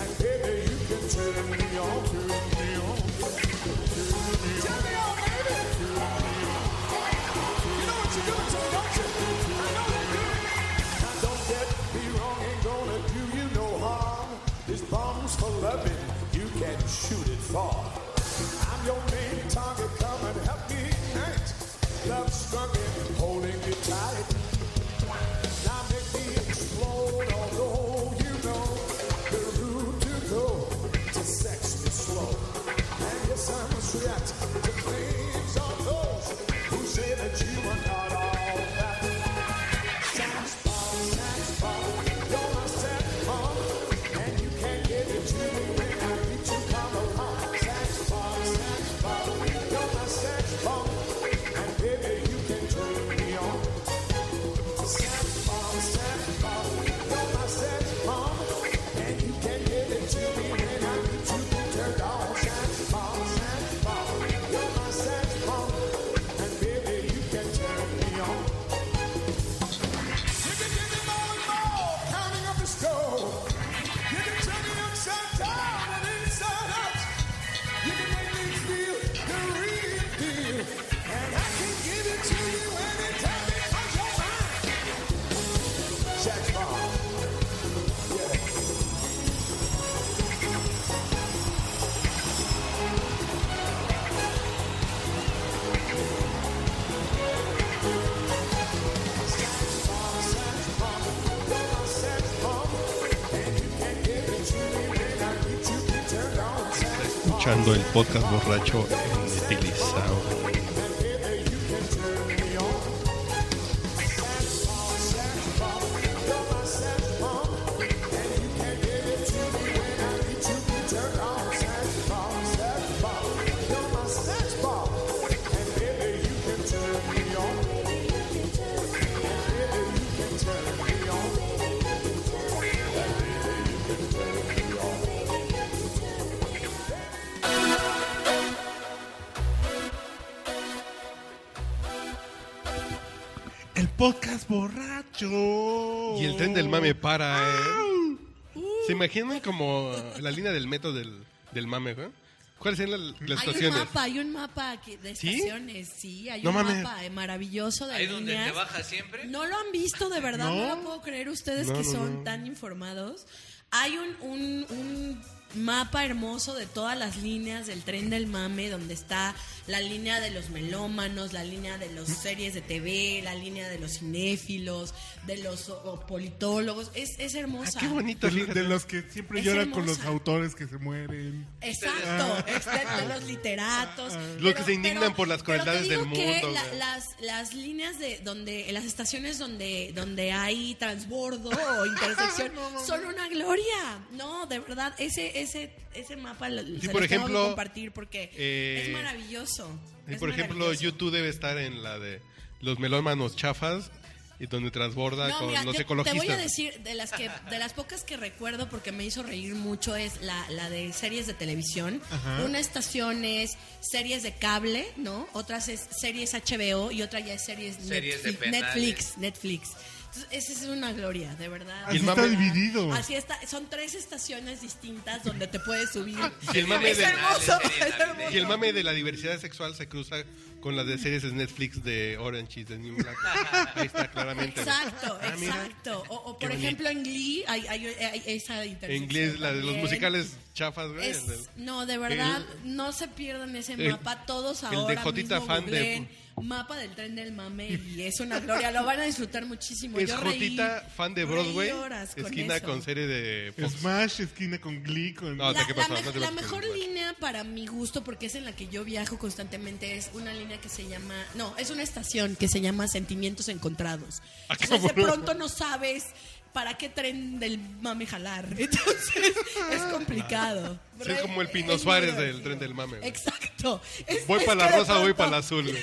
Speaker 5: And baby, you can turn me on, turn me on, turn me on. Turn me on, baby.
Speaker 4: escuchando el podcast borracho en Utilizado.
Speaker 1: El podcast borracho.
Speaker 4: Y el tren del mame para, ¿eh? ¿Se imaginan como la línea del metro del, del mame, güey? ¿Cuáles son las, las
Speaker 2: Hay un
Speaker 4: estaciones?
Speaker 2: mapa, hay un mapa aquí de
Speaker 4: ¿Sí?
Speaker 2: estaciones, sí, hay
Speaker 4: No
Speaker 2: un
Speaker 4: mames.
Speaker 2: mapa eh, maravilloso de
Speaker 3: Ahí donde
Speaker 2: líneas.
Speaker 3: te baja siempre.
Speaker 2: No lo han visto, de verdad, no,
Speaker 1: No.
Speaker 2: lo puedo creer ustedes
Speaker 4: No,
Speaker 2: que
Speaker 4: no,
Speaker 2: son
Speaker 4: no.
Speaker 2: tan informados. Hay un, un- un mapa hermoso de todas las líneas del tren del mame, donde está la línea de los melómanos, la línea de las series de TV, la línea de los cinéfilos, de los o- o politólogos. Es, es hermosa.
Speaker 4: Ah, Qué bonito,
Speaker 1: De,
Speaker 4: fíjate.
Speaker 1: de los que siempre
Speaker 2: Es
Speaker 1: lloran con los
Speaker 2: hermosa.
Speaker 1: autores que se mueren.
Speaker 2: Exacto, excepto los literatos.
Speaker 4: Ah. Los que se indignan por las
Speaker 2: pero te
Speaker 4: crueldades
Speaker 2: digo
Speaker 4: del
Speaker 2: que
Speaker 4: mundo,
Speaker 2: la-
Speaker 4: güey.
Speaker 2: las, las líneas de donde, las estaciones donde, donde hay transbordo
Speaker 4: [LAUGHS]
Speaker 2: o intersección son una gloria. No, de verdad, ese, ese, ese mapa lo, se
Speaker 4: por
Speaker 2: los tengo que
Speaker 4: ejemplo,
Speaker 2: compartir porque
Speaker 4: eh,
Speaker 2: es maravilloso.
Speaker 4: Y
Speaker 2: es
Speaker 4: por ejemplo,
Speaker 2: maravilloso.
Speaker 4: YouTube debe estar en la de los melómanos chafas y donde transborda
Speaker 2: No,
Speaker 4: con
Speaker 2: mira,
Speaker 4: los
Speaker 2: yo te
Speaker 4: ecologistas.
Speaker 2: voy a decir de las que de las pocas que recuerdo porque me hizo reír mucho es la, la de series de televisión. Una estación es series de cable, ¿no? Otras es series HBO y otra ya es series,
Speaker 3: Series de
Speaker 2: Netflix,
Speaker 3: penales.
Speaker 2: Netflix, Netflix. Entonces, esa es una gloria, de verdad.
Speaker 1: Así
Speaker 4: el
Speaker 1: está
Speaker 4: mame-
Speaker 1: dividido.
Speaker 2: Así está, son tres estaciones distintas donde te puedes
Speaker 4: [LAUGHS]
Speaker 2: subir.
Speaker 4: Y el mame
Speaker 2: es
Speaker 4: de-
Speaker 2: hermoso,
Speaker 3: Series
Speaker 2: es hermoso.
Speaker 3: navideñas.
Speaker 4: Y el mame de la diversidad sexual se cruza con las de series de Netflix de Orange is the New Black. Ahí está claramente. ¿no?
Speaker 2: Exacto,
Speaker 4: Ah, mira.
Speaker 2: exacto. O, o,
Speaker 4: Qué
Speaker 2: por
Speaker 4: bonito.
Speaker 2: ejemplo en Glee hay, hay- hay esa
Speaker 4: En
Speaker 2: intersección.
Speaker 4: inglés, la de los
Speaker 2: también.
Speaker 4: musicales chafas, güey.
Speaker 2: Es-
Speaker 4: el del-
Speaker 2: no, de verdad, no se pierdan ese
Speaker 4: el-
Speaker 2: mapa. Todos
Speaker 4: el de
Speaker 2: ahora
Speaker 4: Jotita
Speaker 2: mismo
Speaker 4: fan de-
Speaker 2: googleen mapa del tren del mame y es una gloria. Lo van a disfrutar muchísimo.
Speaker 4: Es
Speaker 2: Pues Yo reí-
Speaker 4: Jotita, fan de
Speaker 2: reí
Speaker 4: Broadway,
Speaker 2: horas con
Speaker 4: esquina
Speaker 2: eso.
Speaker 4: con serie de Fox.
Speaker 1: Smash, esquina con Glee, con...
Speaker 4: No,
Speaker 2: La,
Speaker 4: Ah, ¿qué
Speaker 2: la
Speaker 4: pasó?
Speaker 2: me-
Speaker 4: No te
Speaker 2: la
Speaker 4: preocupes,
Speaker 2: mejor
Speaker 4: güey.
Speaker 2: línea para mi gusto, porque es en la que yo viajo constantemente, es una línea que se llama, no, es una estación que se llama Sentimientos Encontrados.
Speaker 4: Ah,
Speaker 2: Entonces de
Speaker 4: cabrón.
Speaker 2: pronto no sabes para qué tren del mame jalar. [LAUGHS] Entonces es complicado.
Speaker 4: Sí, es como el Pino
Speaker 2: Es muy
Speaker 4: Suárez del
Speaker 2: divertido.
Speaker 4: tren del mame, güey.
Speaker 2: Exacto. Es-
Speaker 4: Voy
Speaker 2: es
Speaker 4: para la
Speaker 2: que de
Speaker 4: rosa, voy
Speaker 2: pronto-
Speaker 4: para la azul. güey.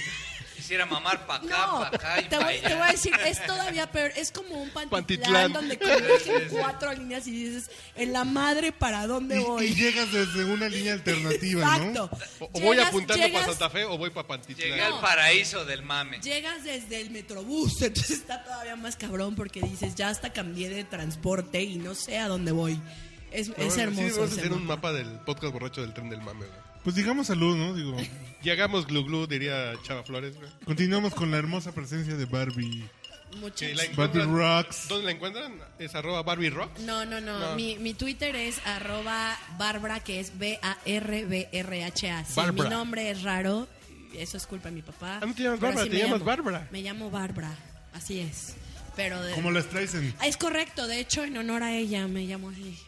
Speaker 3: Quisiera mamar para acá,
Speaker 2: no,
Speaker 3: para acá y
Speaker 2: te
Speaker 3: para
Speaker 2: voy, te
Speaker 3: allá.
Speaker 2: voy a decir, es todavía peor. Es como un pantitlán,
Speaker 4: Pantitlán.
Speaker 2: donde
Speaker 3: Sí,
Speaker 4: [LAUGHS]
Speaker 2: convergen
Speaker 3: sí, sí.
Speaker 2: cuatro líneas y dices, en la madre, ¿para dónde
Speaker 1: Y,
Speaker 2: voy?
Speaker 1: y llegas desde una línea alternativa,
Speaker 2: Exacto.
Speaker 1: ¿no?
Speaker 4: O, o voy
Speaker 2: Llegas-
Speaker 4: apuntando
Speaker 2: llegas-
Speaker 4: para Santa Fe o voy para Pantitlán.
Speaker 3: Llegué al paraíso del mame.
Speaker 2: Llegas desde el metrobús, [LAUGHS] entonces está todavía más cabrón porque dices, ya hasta cambié de transporte y no sé a dónde voy. Es,
Speaker 4: No,
Speaker 2: es
Speaker 4: sí,
Speaker 2: hermoso.
Speaker 4: vamos a
Speaker 2: ese
Speaker 4: hacer un
Speaker 2: mapa.
Speaker 4: mapa del podcast borracho del tren del mame, güey.
Speaker 1: Pues digamos salud, ¿no? Digo,
Speaker 4: Y hagamos glu glu, diría Chava Flores, güey.
Speaker 1: continuamos con la hermosa presencia de Barbie.
Speaker 4: Que
Speaker 2: Muchísimo.
Speaker 4: la
Speaker 1: Barbie
Speaker 4: encuentran-
Speaker 1: Rocks.
Speaker 4: ¿Dónde la encuentran? Es arroba Barbie Rock.
Speaker 2: No, no, no. Mi, mi Twitter es arroba Barbara, que es B-A-R-B-R-H-A. Sí, mi
Speaker 4: Bárbara.
Speaker 2: nombre es raro. Eso es culpa de mi papá.
Speaker 4: Ah, no te llamas
Speaker 2: Pero
Speaker 4: Bárbara,
Speaker 2: así
Speaker 4: te
Speaker 2: me
Speaker 4: llamas
Speaker 2: llamo.
Speaker 4: Bárbara.
Speaker 2: Me llamo Bárbara, así es. Pero de,
Speaker 1: Como las traen.
Speaker 2: Ah, Es correcto, de hecho, en honor a ella me llamo así.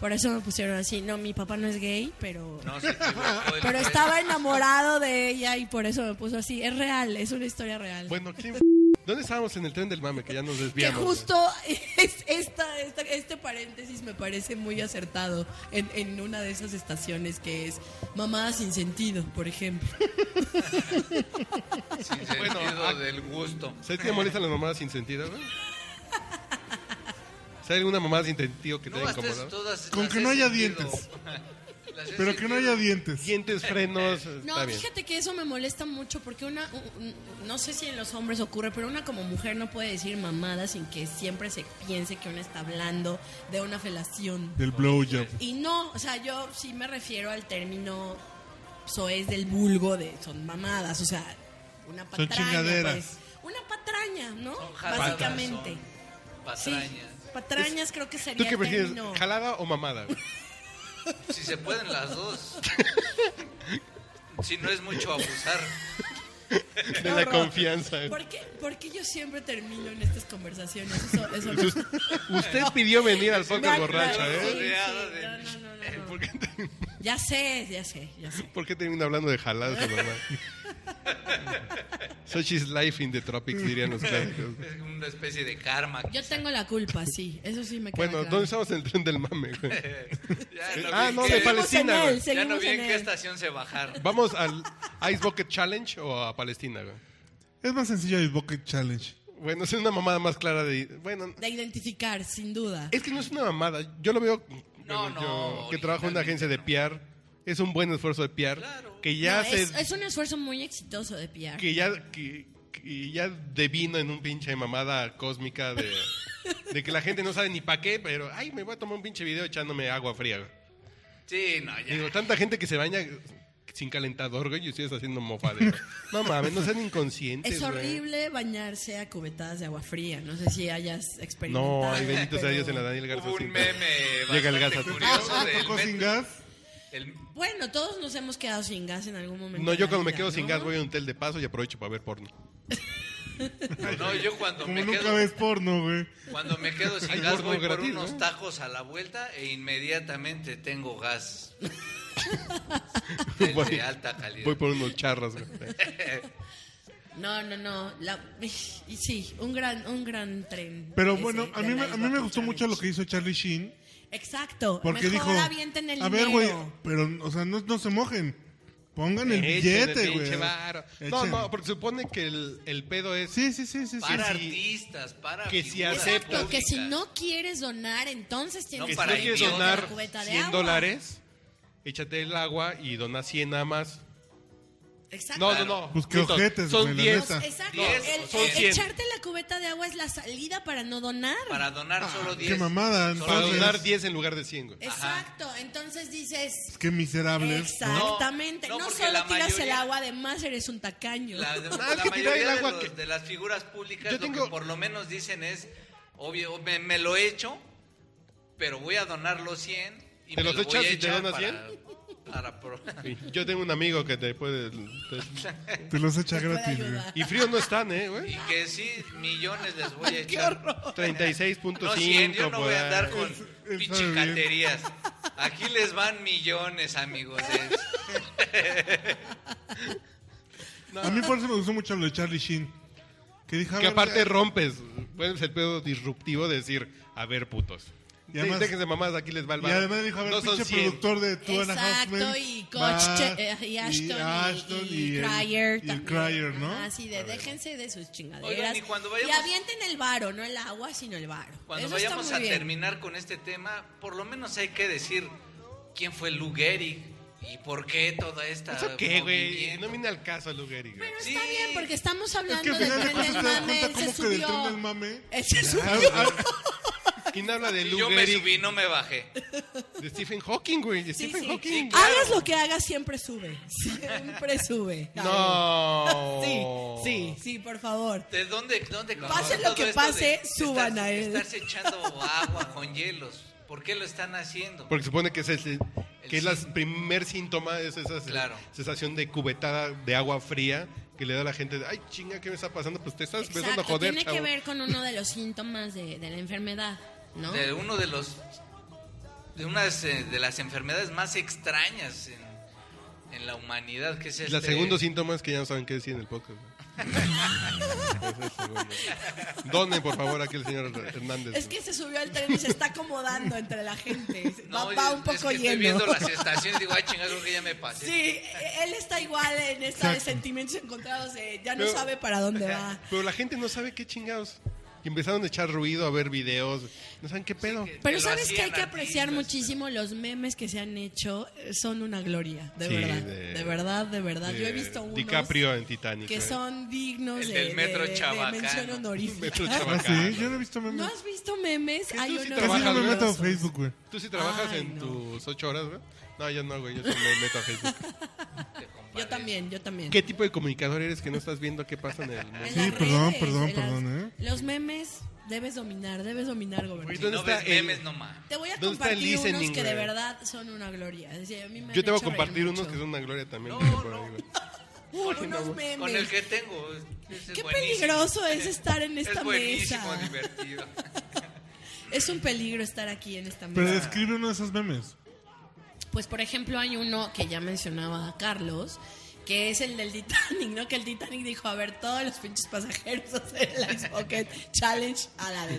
Speaker 2: Por eso me pusieron así. No, mi papá no es gay, pero.
Speaker 3: No, se equivocó el
Speaker 2: Pero
Speaker 3: tren.
Speaker 2: estaba enamorado de ella y por eso me puso así. Es real, es una historia real.
Speaker 4: Bueno, ¿quién- ¿dónde estábamos en el tren del mame? Que ya nos
Speaker 2: que
Speaker 4: desviamos. güey.
Speaker 2: justo [LAUGHS] es- esta, esta- este paréntesis me parece muy acertado en, en una de esas estaciones que es Mamá sin sentido, por ejemplo.
Speaker 3: Sin
Speaker 4: Bueno,
Speaker 3: sentido
Speaker 4: ah.
Speaker 3: del gusto.
Speaker 4: ¿Sabes qué molestan las mamadas sin sentido, güey? ¿Sabes alguna mamada sin sentido que te
Speaker 3: No,
Speaker 4: haya
Speaker 3: estas
Speaker 4: incomodado?
Speaker 3: todas
Speaker 1: Con
Speaker 3: las
Speaker 1: que
Speaker 3: he
Speaker 1: no haya
Speaker 3: sentido.
Speaker 1: dientes.
Speaker 3: [LAUGHS] Las he
Speaker 1: Pero que no haya
Speaker 3: sentido.
Speaker 1: dientes.
Speaker 4: Dientes, frenos, eh,
Speaker 2: No,
Speaker 4: está bien.
Speaker 2: fíjate que eso me molesta mucho porque una, un- un- no sé si en los hombres ocurre, pero una como mujer no puede decir mamada sin que siempre se piense que una está hablando de una felación.
Speaker 1: Del blowjob.
Speaker 2: Y no, o sea, yo sí me refiero al término soez del vulgo de son mamadas, o sea, una patraña.
Speaker 1: chingaderas.
Speaker 2: pues. una patraña, ¿no?
Speaker 3: Son jaladas,
Speaker 2: Básicamente.
Speaker 3: son
Speaker 2: Sí.
Speaker 3: Patrañas.
Speaker 2: Patrañas creo que
Speaker 4: ¿Tú
Speaker 2: sería
Speaker 4: qué
Speaker 2: el
Speaker 4: prefieres,
Speaker 2: término.
Speaker 4: jalada
Speaker 2: [LAUGHS]
Speaker 4: o mamada? güey?
Speaker 3: Si se pueden las dos. Si no es mucho abusar.
Speaker 4: De la confianza. eh.
Speaker 2: ¿Por qué, por qué yo siempre termino en estas conversaciones? Eso,
Speaker 4: [LAUGHS]
Speaker 2: eso
Speaker 4: Usted pidió venir al
Speaker 2: Me
Speaker 4: podcast
Speaker 2: han-
Speaker 4: borracho,
Speaker 2: sí,
Speaker 4: ¿eh?
Speaker 2: sí,
Speaker 3: Rodeado de-
Speaker 2: no, no, no, no, no.
Speaker 4: ¿Por qué te-
Speaker 2: Ya sé, ya sé, ya sé.
Speaker 4: ¿Por qué termina hablando de jaladas
Speaker 2: [LAUGHS]
Speaker 4: de mamá? Such is life in the tropics, dirían los clásicos.
Speaker 3: Es como una especie de karma.
Speaker 2: Yo tengo la culpa, sí. Eso sí me queda
Speaker 4: Bueno,
Speaker 2: claro.
Speaker 4: ¿dónde estamos en el tren del mame, güey?
Speaker 3: Ya no
Speaker 4: Ah,
Speaker 3: vi
Speaker 4: no,
Speaker 3: en qué-
Speaker 2: Seguimos
Speaker 4: de
Speaker 2: en
Speaker 4: Palestina,
Speaker 2: él,
Speaker 4: güey.
Speaker 3: Ya
Speaker 2: seguimos
Speaker 3: no vi en
Speaker 2: en
Speaker 3: qué
Speaker 2: él.
Speaker 3: estación se bajaron.
Speaker 4: ¿Vamos al Ice Bucket Challenge o a Palestina, güey?
Speaker 1: Es más sencillo el Bucket Challenge.
Speaker 4: Bueno, es una mamada más clara de... Bueno,
Speaker 2: De identificar, sin duda.
Speaker 4: es que no es una mamada. Yo lo veo... bueno,
Speaker 3: no,
Speaker 4: yo que trabajo en una agencia de PR. Es un buen esfuerzo de PR.
Speaker 3: Claro.
Speaker 4: Que ya
Speaker 2: No,
Speaker 4: se...
Speaker 2: es, es un esfuerzo muy exitoso de PR.
Speaker 4: que ya que, que ya devino en un pinche mamada cósmica de, de que la gente no sabe ni para qué, pero ay, me voy a tomar un pinche video echándome agua fría. güey.
Speaker 3: Sí, no, ya.
Speaker 4: Digo, tanta gente que se baña sin calentador, güey, y ustedes haciendo mofadero. No mames, no sean inconscientes.
Speaker 2: Es
Speaker 4: güey.
Speaker 2: horrible bañarse a cubetadas de agua fría. No sé si hayas experimentado.
Speaker 4: No, ay, bendito sea
Speaker 2: pero-
Speaker 4: Dios en la Daniel Garza.
Speaker 3: Hubo un
Speaker 4: Cinto.
Speaker 3: meme
Speaker 4: Llega
Speaker 3: bastante
Speaker 4: el gas a-
Speaker 3: curioso del
Speaker 1: ¿Tocó Ah, sin
Speaker 3: metro.
Speaker 1: gas?
Speaker 3: El-
Speaker 2: Bueno, todos nos hemos quedado sin gas en algún momento.
Speaker 4: No,
Speaker 2: de
Speaker 4: yo
Speaker 2: la
Speaker 4: cuando me
Speaker 2: vida,
Speaker 4: quedo sin
Speaker 2: ¿no?
Speaker 4: gas voy a un hotel de paso y aprovecho para ver porno.
Speaker 3: no, yo cuando
Speaker 1: Como
Speaker 3: me
Speaker 1: nunca
Speaker 3: quedo,
Speaker 1: ves porno, güey.
Speaker 3: cuando me quedo
Speaker 4: Hay
Speaker 3: sin gas
Speaker 4: porno
Speaker 3: voy por
Speaker 4: gratis,
Speaker 3: unos
Speaker 4: ¿no?
Speaker 3: tacos a la vuelta e inmediatamente tengo
Speaker 4: [LAUGHS]
Speaker 3: gas
Speaker 4: Voy-
Speaker 3: de alta calidad.
Speaker 4: Voy por unos charras, güey.
Speaker 2: No, no, no. la- y sí, un gran, un gran tren.
Speaker 1: Pero
Speaker 2: ese
Speaker 1: bueno, a
Speaker 2: de
Speaker 1: mí, me,
Speaker 2: la
Speaker 1: a mí me
Speaker 2: Ibaku
Speaker 1: gustó
Speaker 2: Challenge.
Speaker 1: mucho lo que hizo Charlie Sheen.
Speaker 2: Exacto.
Speaker 1: Porque
Speaker 2: mejor
Speaker 1: dijo.
Speaker 2: avienten el
Speaker 1: a ver, güey,
Speaker 2: dinero.
Speaker 1: pero, o sea, no, no se mojen. Pongan el
Speaker 4: Échenle,
Speaker 1: billete,
Speaker 4: pinche
Speaker 1: güey.
Speaker 4: varo. No,
Speaker 1: Échenle.
Speaker 4: no, porque supone que el, el pedo es
Speaker 1: Sí, sí, sí, sí. sí.
Speaker 3: para
Speaker 4: que si-
Speaker 3: artistas, para
Speaker 4: que si
Speaker 3: figuras
Speaker 4: aceptas-
Speaker 2: Exacto, que si
Speaker 3: públicas.
Speaker 2: no quieres donar, entonces tienes
Speaker 4: que
Speaker 3: No,
Speaker 4: si
Speaker 3: para
Speaker 4: no quieres
Speaker 3: idiotas.
Speaker 4: donar
Speaker 2: Una cubeta de
Speaker 4: 100
Speaker 2: agua.
Speaker 4: dólares, échate el agua y dona 100 nada más.
Speaker 3: Ah,
Speaker 2: Exacto.
Speaker 4: No, no, no.
Speaker 1: Pues qué
Speaker 4: Milton,
Speaker 1: ojetes,
Speaker 4: Son
Speaker 1: güey, la
Speaker 4: 10.
Speaker 1: neta.
Speaker 2: Exacto.
Speaker 3: Diez,
Speaker 2: el-
Speaker 3: o son
Speaker 2: el
Speaker 4: cien.
Speaker 2: echarte la cubeta de agua es la salida para no donar.
Speaker 3: para donar solo 10.
Speaker 1: Ah, qué mamada,
Speaker 3: Solo
Speaker 4: Para
Speaker 1: entonces.
Speaker 4: donar 10 en lugar de 100, güey.
Speaker 2: Exacto. Entonces dices.
Speaker 1: Qué miserables.
Speaker 2: Exactamente.
Speaker 3: No, no,
Speaker 2: No,
Speaker 3: porque
Speaker 2: solo
Speaker 3: la
Speaker 2: tiras el
Speaker 3: mayoría-
Speaker 2: agua, además eres un tacaño.
Speaker 3: La, la
Speaker 4: que tirar
Speaker 3: mayoría
Speaker 4: el agua
Speaker 3: de, los-
Speaker 4: que-
Speaker 3: de las figuras públicas
Speaker 4: Yo
Speaker 3: lo
Speaker 4: tengo-
Speaker 3: que por lo menos dicen es, obvio, me, me lo he hecho, pero voy a donar los 100 y
Speaker 4: ¿Te
Speaker 3: me
Speaker 4: los
Speaker 3: lo voy
Speaker 4: echas
Speaker 3: a
Speaker 4: y te
Speaker 3: echar
Speaker 4: donas
Speaker 3: para- para pro- [LAUGHS]
Speaker 4: Sí, Yo tengo un amigo que te puede... te-
Speaker 1: Te los echa
Speaker 2: Puede
Speaker 1: gratis, güey.
Speaker 2: ayudar.
Speaker 4: y fríos no están, ¿eh,
Speaker 3: y
Speaker 4: güey?
Speaker 3: que sí, millones les voy a echar. No, 100,
Speaker 4: 36.5.
Speaker 3: yo no voy
Speaker 4: por
Speaker 3: a
Speaker 4: ahí.
Speaker 3: andar con
Speaker 1: él sabe bien.
Speaker 3: pichicaterías. Aquí les van millones, amigos. Es-
Speaker 1: A mí por eso me gustó mucho lo de Charlie Sheen. Que dijo, a
Speaker 4: Que
Speaker 1: ver,
Speaker 4: aparte rompes. Bueno, es el pedo disruptivo de decir, a ver, putos.
Speaker 1: Y además-
Speaker 4: Déjense mamás, aquí les va el
Speaker 1: Y
Speaker 4: varo.
Speaker 1: además dijo, a ver,
Speaker 4: No son
Speaker 1: pinche
Speaker 4: 100.
Speaker 1: productor de Two and a Half
Speaker 2: Exacto,
Speaker 1: Men,
Speaker 2: y Koch,
Speaker 1: va,
Speaker 2: Che- eh, y Ashton, y,
Speaker 1: Ashton,
Speaker 2: y
Speaker 1: el-
Speaker 2: Cryer
Speaker 1: y el
Speaker 2: también.
Speaker 1: Cryer, ¿no?
Speaker 2: Ajá, Así de, déjense de sus chingaderas.
Speaker 3: Oigan, y cuando vayamos-
Speaker 2: Y avienten el varo, no el agua, sino el varo.
Speaker 3: Cuando
Speaker 2: Eso
Speaker 3: vayamos
Speaker 2: está
Speaker 3: a
Speaker 2: muy bien.
Speaker 3: terminar con este tema, por lo menos hay que decir quién fue Lou Gehrig y por qué toda esta
Speaker 4: ¿Eso qué, güey?
Speaker 3: movimiento.
Speaker 4: No viene al caso, Lugeri, güey.
Speaker 2: Pero
Speaker 3: Sí.
Speaker 2: está bien, porque estamos
Speaker 1: Es
Speaker 2: hablando
Speaker 1: que al final
Speaker 2: del
Speaker 1: de
Speaker 2: tren
Speaker 1: cuentas
Speaker 2: del
Speaker 1: te das
Speaker 2: mame,
Speaker 1: cuenta
Speaker 2: él se
Speaker 1: como que del tren del
Speaker 2: [LAUGHS] subió.
Speaker 1: mame...
Speaker 2: Él se
Speaker 1: Ah,
Speaker 2: subió.
Speaker 1: ah,
Speaker 4: ¿Quién habla de
Speaker 3: Yo me
Speaker 4: Lugeri?
Speaker 3: subí, no me bajé.
Speaker 4: De Stephen Hawking, güey. De
Speaker 2: Sí,
Speaker 4: Stephen
Speaker 2: sí.
Speaker 4: Hawking.
Speaker 2: Hagas lo que hagas, siempre sube. [LAUGHS] Siempre sube.
Speaker 4: No.
Speaker 2: [LAUGHS] Sí, sí, sí, por favor.
Speaker 3: ¿De dónde? dónde
Speaker 2: Pase
Speaker 3: todo
Speaker 2: lo que
Speaker 3: esto
Speaker 2: pase,
Speaker 3: de
Speaker 2: suban
Speaker 3: estarse-
Speaker 2: a él.
Speaker 3: Estarse echando agua con hielos. ¿Por qué lo están haciendo?
Speaker 4: Porque supone que es el, que es
Speaker 3: El
Speaker 4: la
Speaker 3: sí.
Speaker 4: primer síntoma es esa se-
Speaker 3: Claro.
Speaker 4: sensación de cubetada de agua fría que le da a la gente. de, Ay, chinga, ¿qué me está pasando? Pues te estás empezando a
Speaker 2: Exacto,
Speaker 4: joder,
Speaker 2: tiene
Speaker 4: chavo.
Speaker 2: que ver con uno de los síntomas de, de la enfermedad, ¿no?
Speaker 3: De uno de los de una de las enfermedades más extrañas en, en la humanidad, que es
Speaker 4: Y
Speaker 3: este.
Speaker 4: Los segundos síntomas que ya no saben qué decir en el podcast. ¿no? Ese es el segundo. Donen, por favor, aquí el señor Hernández.
Speaker 2: Es
Speaker 4: ¿no?
Speaker 2: que se subió al tren y se está acomodando entre
Speaker 3: [LAUGHS]
Speaker 2: la gente. Va,
Speaker 3: No,
Speaker 2: va
Speaker 3: es-
Speaker 2: un
Speaker 3: es
Speaker 2: poco
Speaker 3: que Estoy
Speaker 2: lleno.
Speaker 3: viendo las estaciones y digo, ay, chingado, que ya me pasé.
Speaker 2: Sí, él está igual en esta de sentimientos encontrados. de ya no
Speaker 4: Pero-
Speaker 2: sabe para
Speaker 3: [LAUGHS]
Speaker 2: dónde va.
Speaker 4: Pero la gente no sabe qué chingados. Y empezaron a echar ruido, a ver videos. No saben qué pedo.
Speaker 3: que-
Speaker 2: Pero
Speaker 3: lo
Speaker 2: sabes que
Speaker 3: hacían
Speaker 2: hay que apreciar
Speaker 3: artistas.
Speaker 2: muchísimo los memes que se han hecho. eh, Son una gloria, de
Speaker 4: Sí,
Speaker 2: verdad.
Speaker 4: de-
Speaker 2: De, verdad, de verdad. Yo he
Speaker 4: De
Speaker 2: visto unos
Speaker 4: Eh, DiCaprio en Titanic.
Speaker 2: que
Speaker 4: ¿eh? [LAUGHS]
Speaker 2: son dignos
Speaker 3: El
Speaker 2: de,
Speaker 3: del
Speaker 2: de-
Speaker 3: metro
Speaker 2: de- de
Speaker 3: Chabacano.
Speaker 2: mención
Speaker 4: Metro
Speaker 2: honorífica.
Speaker 1: ah,
Speaker 4: Chabacano.
Speaker 1: sí, yo no he visto memes.
Speaker 2: ¿No has visto memes? Hay
Speaker 4: sí
Speaker 2: unos
Speaker 1: Casi
Speaker 4: trabajas,
Speaker 1: no me
Speaker 4: güey?
Speaker 1: meto a
Speaker 2: maravillosos.
Speaker 1: Facebook, güey.
Speaker 4: ¿Tú sí trabajas
Speaker 2: Ay,
Speaker 4: en
Speaker 2: no.
Speaker 4: tus ocho horas, güey? No, yo no, güey. Yo sí me meto a Facebook.
Speaker 2: [LAUGHS]
Speaker 3: Te compadezco.
Speaker 2: Yo también, yo también.
Speaker 4: ¿Qué tipo de comunicador eres que no estás viendo qué pasa en el mundo?
Speaker 2: En
Speaker 1: Sí,
Speaker 2: las
Speaker 1: perdón,
Speaker 2: redes,
Speaker 1: perdón,
Speaker 2: en las-
Speaker 1: perdón, ¿eh?
Speaker 2: Los memes debes dominar, debes dominar, gobernador.
Speaker 4: Oye,
Speaker 3: Si
Speaker 4: ¿dónde
Speaker 3: no
Speaker 4: está
Speaker 3: ves
Speaker 4: el-
Speaker 3: memes, no más.
Speaker 2: Te voy a
Speaker 4: ¿Dónde está el
Speaker 2: compartir unos
Speaker 4: listening,
Speaker 2: que de
Speaker 4: güey?
Speaker 2: verdad son una gloria. Es decir, a mí me
Speaker 4: Yo
Speaker 2: han
Speaker 4: te voy a
Speaker 2: hecho reír
Speaker 4: compartir unos
Speaker 2: mucho.
Speaker 4: que son una gloria también.
Speaker 3: No,
Speaker 4: por
Speaker 3: no.
Speaker 4: ahí, güey.
Speaker 2: Uy, unos memes.
Speaker 3: Con el que tengo. es- es
Speaker 2: Qué
Speaker 3: buenísimo. [LAUGHS]
Speaker 2: peligroso es estar en esta
Speaker 3: Es buenísimo,
Speaker 2: mesa.
Speaker 3: [LAUGHS] divertido.
Speaker 2: Es un peligro estar aquí en esta
Speaker 1: Pero
Speaker 2: mesa.
Speaker 1: describe uno de esos memes.
Speaker 2: Pues, por ejemplo, hay uno que ya mencionaba Carlos, que es el del Titanic, ¿no? Que el Titanic dijo, a ver, todos los pinches pasajeros [LAUGHS] hacer el Ice Bucket Challenge a la de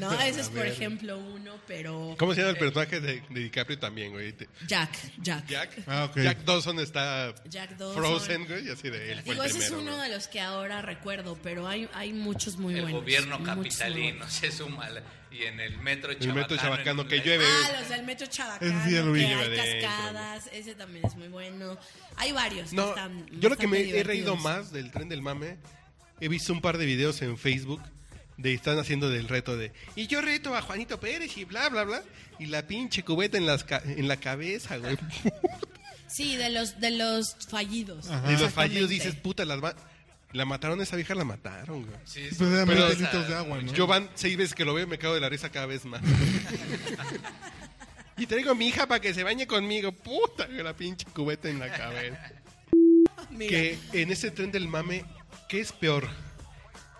Speaker 1: [LAUGHS]
Speaker 2: ¿no? Ese es, por ejemplo, uno, pero...
Speaker 4: ¿Cómo se llama el personaje de, de DiCaprio también, güey? Te-
Speaker 2: Jack, Jack.
Speaker 4: Jack.
Speaker 1: Ah, ok.
Speaker 4: Jack Dawson está
Speaker 2: Jack Dawson.
Speaker 4: frozen, güey, y así de él. Fue
Speaker 2: Digo,
Speaker 4: el
Speaker 2: ese es
Speaker 4: primero,
Speaker 2: uno
Speaker 4: güey.
Speaker 2: de los que ahora recuerdo, pero hay, hay muchos muy
Speaker 3: El
Speaker 2: buenos.
Speaker 3: gobierno
Speaker 2: muchos muy
Speaker 3: capitalino [LAUGHS] se suma la- y en el metro
Speaker 4: El
Speaker 3: chabacano.
Speaker 4: metro chabacano
Speaker 3: en
Speaker 4: que
Speaker 3: la-
Speaker 4: llueve.
Speaker 2: Ah, los del Metro Chabacano,
Speaker 1: Ese sí ya lo vi.
Speaker 2: que
Speaker 4: Lleva
Speaker 2: hay
Speaker 4: adentro,
Speaker 2: cascadas, ese también es muy bueno. Hay varios. que
Speaker 4: No,
Speaker 2: están
Speaker 4: yo lo que me
Speaker 2: bastante
Speaker 4: he reído
Speaker 2: divertidos.
Speaker 4: más del tren del mame, he visto un par de videos en Facebook de están haciendo del reto de y yo reto a Juanito Pérez y bla bla bla y la pinche cubeta en las ca- en la cabeza, güey.
Speaker 2: Sí, de los, de los fallidos.
Speaker 4: Y los
Speaker 2: Exactamente.
Speaker 4: fallidos dices, "Puta, las ma- la mataron a esa vieja, la mataron, güey."
Speaker 3: Sí, sí.
Speaker 1: Pues eran 20
Speaker 3: o sea,
Speaker 1: litros de agua, ¿no?
Speaker 4: Yo van seis veces que lo veo y me cago de la risa cada vez más. y traigo a mi hija para que se bañe conmigo. Puta, güey, la pinche cubeta en la cabeza.
Speaker 2: [LAUGHS] Mira,
Speaker 4: que en ese tren del mame, ¿qué es peor?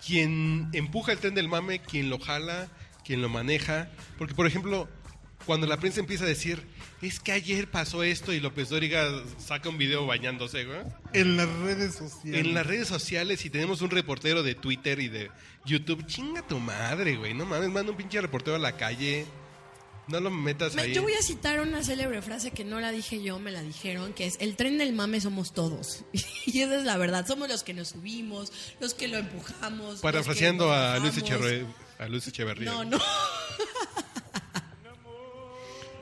Speaker 4: ¿Quién empuja el tren del mame? ¿Quién lo jala? ¿Quién lo maneja? Porque, por ejemplo, cuando la prensa empieza a decir, es que ayer pasó esto y López Dóriga saca un video bañándose, güey.
Speaker 1: En las redes sociales.
Speaker 4: En las redes sociales y tenemos un reportero de Twitter y de YouTube, chinga tu madre, güey. No mames, manda un pinche reportero a la calle. No lo metas
Speaker 2: me-
Speaker 4: ahí.
Speaker 2: yo voy a citar una célebre frase que no la dije yo, me la dijeron, que es, el tren del mame somos todos. [LAUGHS] y esa es la verdad, somos los que nos subimos, los que lo empujamos. los que
Speaker 4: Parafraseando
Speaker 2: nos
Speaker 4: a Luis,
Speaker 2: bajamos.
Speaker 4: Echeverría, a Luis Echeverría.
Speaker 2: No, [LAUGHS] no.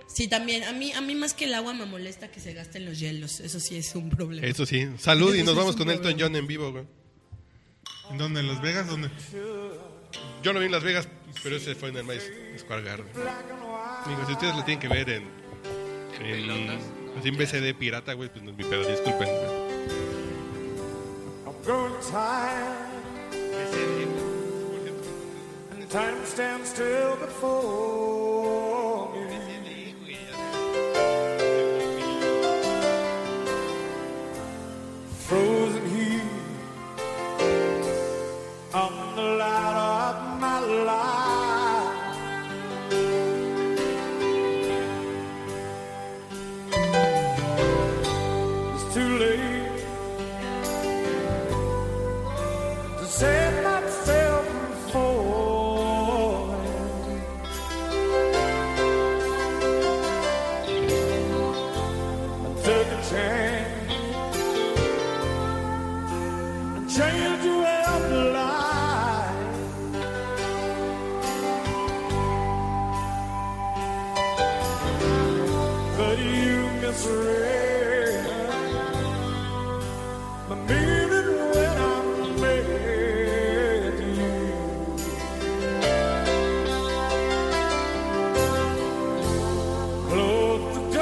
Speaker 2: Sí, también. A mí, a mí más que el agua me molesta que se gasten los hielos. Eso sí es un problema.
Speaker 4: Eso sí. Salud y
Speaker 2: Eso
Speaker 4: nos
Speaker 2: sí
Speaker 4: vamos
Speaker 2: es un
Speaker 4: con Elton
Speaker 2: problema.
Speaker 4: John en vivo, güey.
Speaker 1: ¿En dónde? ¿En Las Vegas? ¿Dónde?
Speaker 4: Yo lo vi en Las Vegas, pero ese fue en el Maíz Square Garden. Digo, si ustedes lo tienen que ver en.
Speaker 3: En
Speaker 4: en
Speaker 3: pelotas.
Speaker 4: así en BCD pirata, güey, pues no es mi pedo, disculpen. güey.
Speaker 5: I'm growing tired, and time stands still before me. Frozen here on the ladder of my life. It's too late to save myself from falling. I took a chance and changed the way of life. But you misread my meaning when I met you. Close the door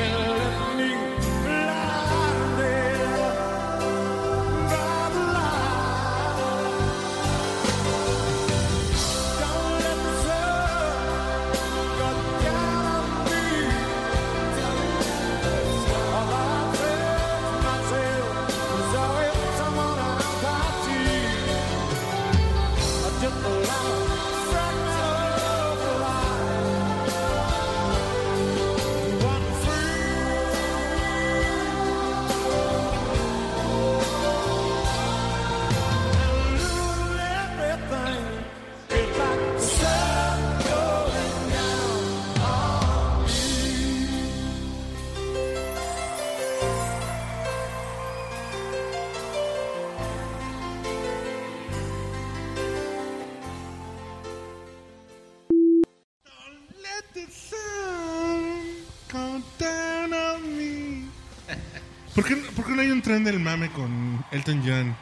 Speaker 5: and let me blinded by the light. Don't let the sun go down on me. All I tell myself is always someone I'll party. I just allow fractures of life. I'm free. And lose everything. It's like the sun going down on me.
Speaker 1: Don't let the sun come down on me. ¿Por qué, por qué no hay un tren del mame con Elton John?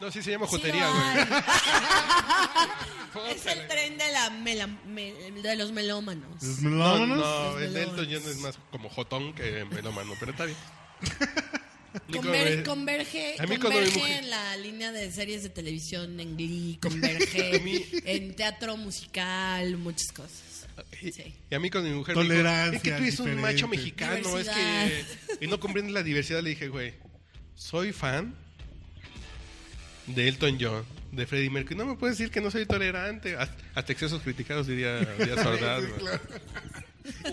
Speaker 4: No, sí se llama
Speaker 2: Sí ah,
Speaker 4: jotería,
Speaker 2: lo
Speaker 4: güey.
Speaker 2: hay. [LAUGHS] es el tren de, la mela- me- de los melómanos.
Speaker 1: ¿Los
Speaker 4: No,
Speaker 1: melómanos?
Speaker 4: no,
Speaker 2: Los
Speaker 4: el de Elton
Speaker 2: melones.
Speaker 4: John es más como jotón que melómano, pero
Speaker 2: [LAUGHS]
Speaker 4: está bien. Nico,
Speaker 2: Conver-
Speaker 4: eh,
Speaker 2: converge
Speaker 4: a mí cuando
Speaker 2: converge
Speaker 4: mi mujer-
Speaker 2: en la línea de series de televisión, en Glee,
Speaker 4: [LAUGHS]
Speaker 2: converge en teatro musical, muchas cosas.
Speaker 4: y,
Speaker 2: Sí.
Speaker 4: y a mí con mi mujer
Speaker 1: Tolerancia
Speaker 4: me dijo, es que tú eres un
Speaker 1: diferente.
Speaker 4: macho mexicano, es que
Speaker 2: Diversidad.
Speaker 4: y no comprendes la diversidad, le dije, güey, soy fan de Elton John, de Freddie Mercury,
Speaker 1: [LAUGHS]
Speaker 4: no me puedes decir que no soy tolerante, hasta, hasta excesos criticados diría, diría Sordaz, güey.
Speaker 3: Hubo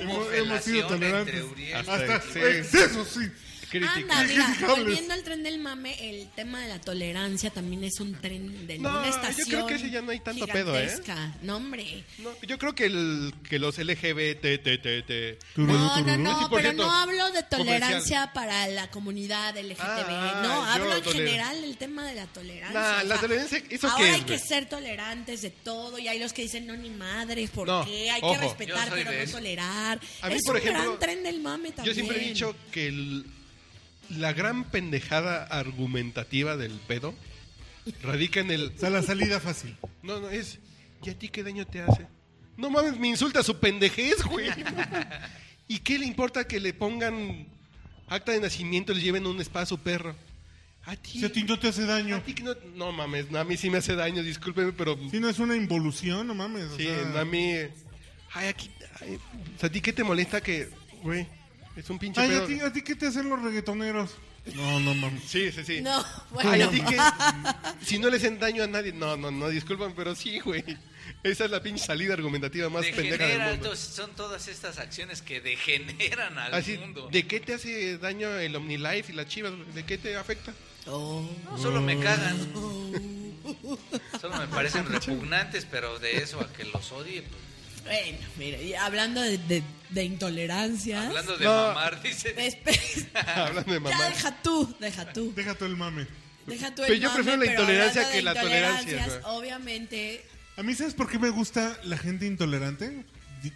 Speaker 1: Hemos, hemos sido
Speaker 3: relación entre
Speaker 1: tolerantes.
Speaker 3: Uriel
Speaker 1: Hasta
Speaker 4: y-
Speaker 1: sí. exceso, sí.
Speaker 4: Crítico.
Speaker 2: Anda, mira,
Speaker 4: [LAUGHS]
Speaker 1: Criticables.
Speaker 2: volviendo al tren del mame, el tema de la tolerancia también es un tren de
Speaker 4: No,
Speaker 2: una
Speaker 4: yo
Speaker 2: estación.
Speaker 4: creo que ese ya no hay tanto pedo, ¿eh?
Speaker 2: gigantesca. No, hombre.
Speaker 4: No, yo creo que, el, que los LGBT, te, te, te-
Speaker 1: Tururú,
Speaker 2: No, no,
Speaker 1: tururú.
Speaker 2: no,
Speaker 4: Sí, por
Speaker 2: pero
Speaker 4: cierto,
Speaker 2: no hablo de tolerancia
Speaker 4: comercial.
Speaker 2: para la comunidad LGTB.
Speaker 4: Ah,
Speaker 2: no,
Speaker 4: ah,
Speaker 2: hablo
Speaker 4: yo
Speaker 2: en
Speaker 4: toler-
Speaker 2: general el tema de la tolerancia.
Speaker 4: Nah,
Speaker 2: o
Speaker 4: la
Speaker 2: sea,
Speaker 4: tolerancia, ¿eso
Speaker 2: Ahora
Speaker 4: qué es,
Speaker 2: hay que
Speaker 4: güey?
Speaker 2: ser tolerantes de todo y hay los que dicen, no, ni madres, ¿por
Speaker 4: No,
Speaker 2: qué? Hay
Speaker 4: ojo.
Speaker 2: que respetar,
Speaker 3: Yo soy
Speaker 2: pero
Speaker 3: de
Speaker 2: no
Speaker 3: eso.
Speaker 2: tolerar.
Speaker 4: A mí,
Speaker 2: es
Speaker 4: por
Speaker 2: un
Speaker 4: ejemplo,
Speaker 2: gran tren del mame también.
Speaker 4: Yo siempre he dicho que el- la gran pendejada argumentativa del pedo radica en el...
Speaker 1: O sea, la salida fácil.
Speaker 4: No, no, es... ¿Y a ti qué daño te hace? No mames, me insulta su pendejez,
Speaker 1: [LAUGHS]
Speaker 4: güey. ¿Y qué le importa que le pongan acta de nacimiento y le lleven un spa a su perro? A ti...
Speaker 1: Si a ti no te hace daño.
Speaker 4: a ti que no, no mames, a mí sí me hace daño, discúlpeme, pero...
Speaker 1: Si no es una involución, no mames. o
Speaker 4: Sí,
Speaker 1: sea,
Speaker 4: a mí... Ay, aquí... ay, o sea, ¿a ti qué te molesta que... Güey, es un pinche
Speaker 1: Ay,
Speaker 4: pedo?
Speaker 1: ¿a ti, ¿a ti qué te hacen los reggaetoneros? No, no mames.
Speaker 4: Sí, sí, sí.
Speaker 2: No, bueno.
Speaker 4: Ay, ¿a ti qué? Si no le hacen daño a nadie. No, no, no, disculpan, pero sí, güey. Esa es la pinche salida argumentativa más pendeja del
Speaker 3: Degenera,
Speaker 4: mundo.
Speaker 3: entonces, son todas estas acciones que degeneran al
Speaker 4: Así,
Speaker 3: mundo.
Speaker 4: ¿De qué te hace daño el OmniLife y las chivas? güey? ¿De qué
Speaker 3: [LAUGHS]
Speaker 4: te afecta?
Speaker 2: Oh.
Speaker 3: No, solo me cagan. Solo me parecen repugnantes, pero de eso a que los odie. pues,
Speaker 2: Bueno, mira, y hablando de, de, de intolerancias.
Speaker 3: hablando de
Speaker 4: No.
Speaker 3: mamar,
Speaker 2: Este
Speaker 3: dice.
Speaker 2: Espe-
Speaker 4: Hablando de
Speaker 2: pues, Ya
Speaker 4: mamá.
Speaker 2: deja tú, deja tú.
Speaker 1: Deja todo el mame.
Speaker 2: Deja tú el
Speaker 4: Pero yo
Speaker 2: mame,
Speaker 4: prefiero la
Speaker 2: pero
Speaker 4: intolerancia
Speaker 2: hablando
Speaker 4: que
Speaker 2: de
Speaker 4: la tolerancia,
Speaker 2: intolerancias,
Speaker 4: güey.
Speaker 2: Obviamente,
Speaker 1: A mí, ¿sabes por qué me gusta la gente intolerante?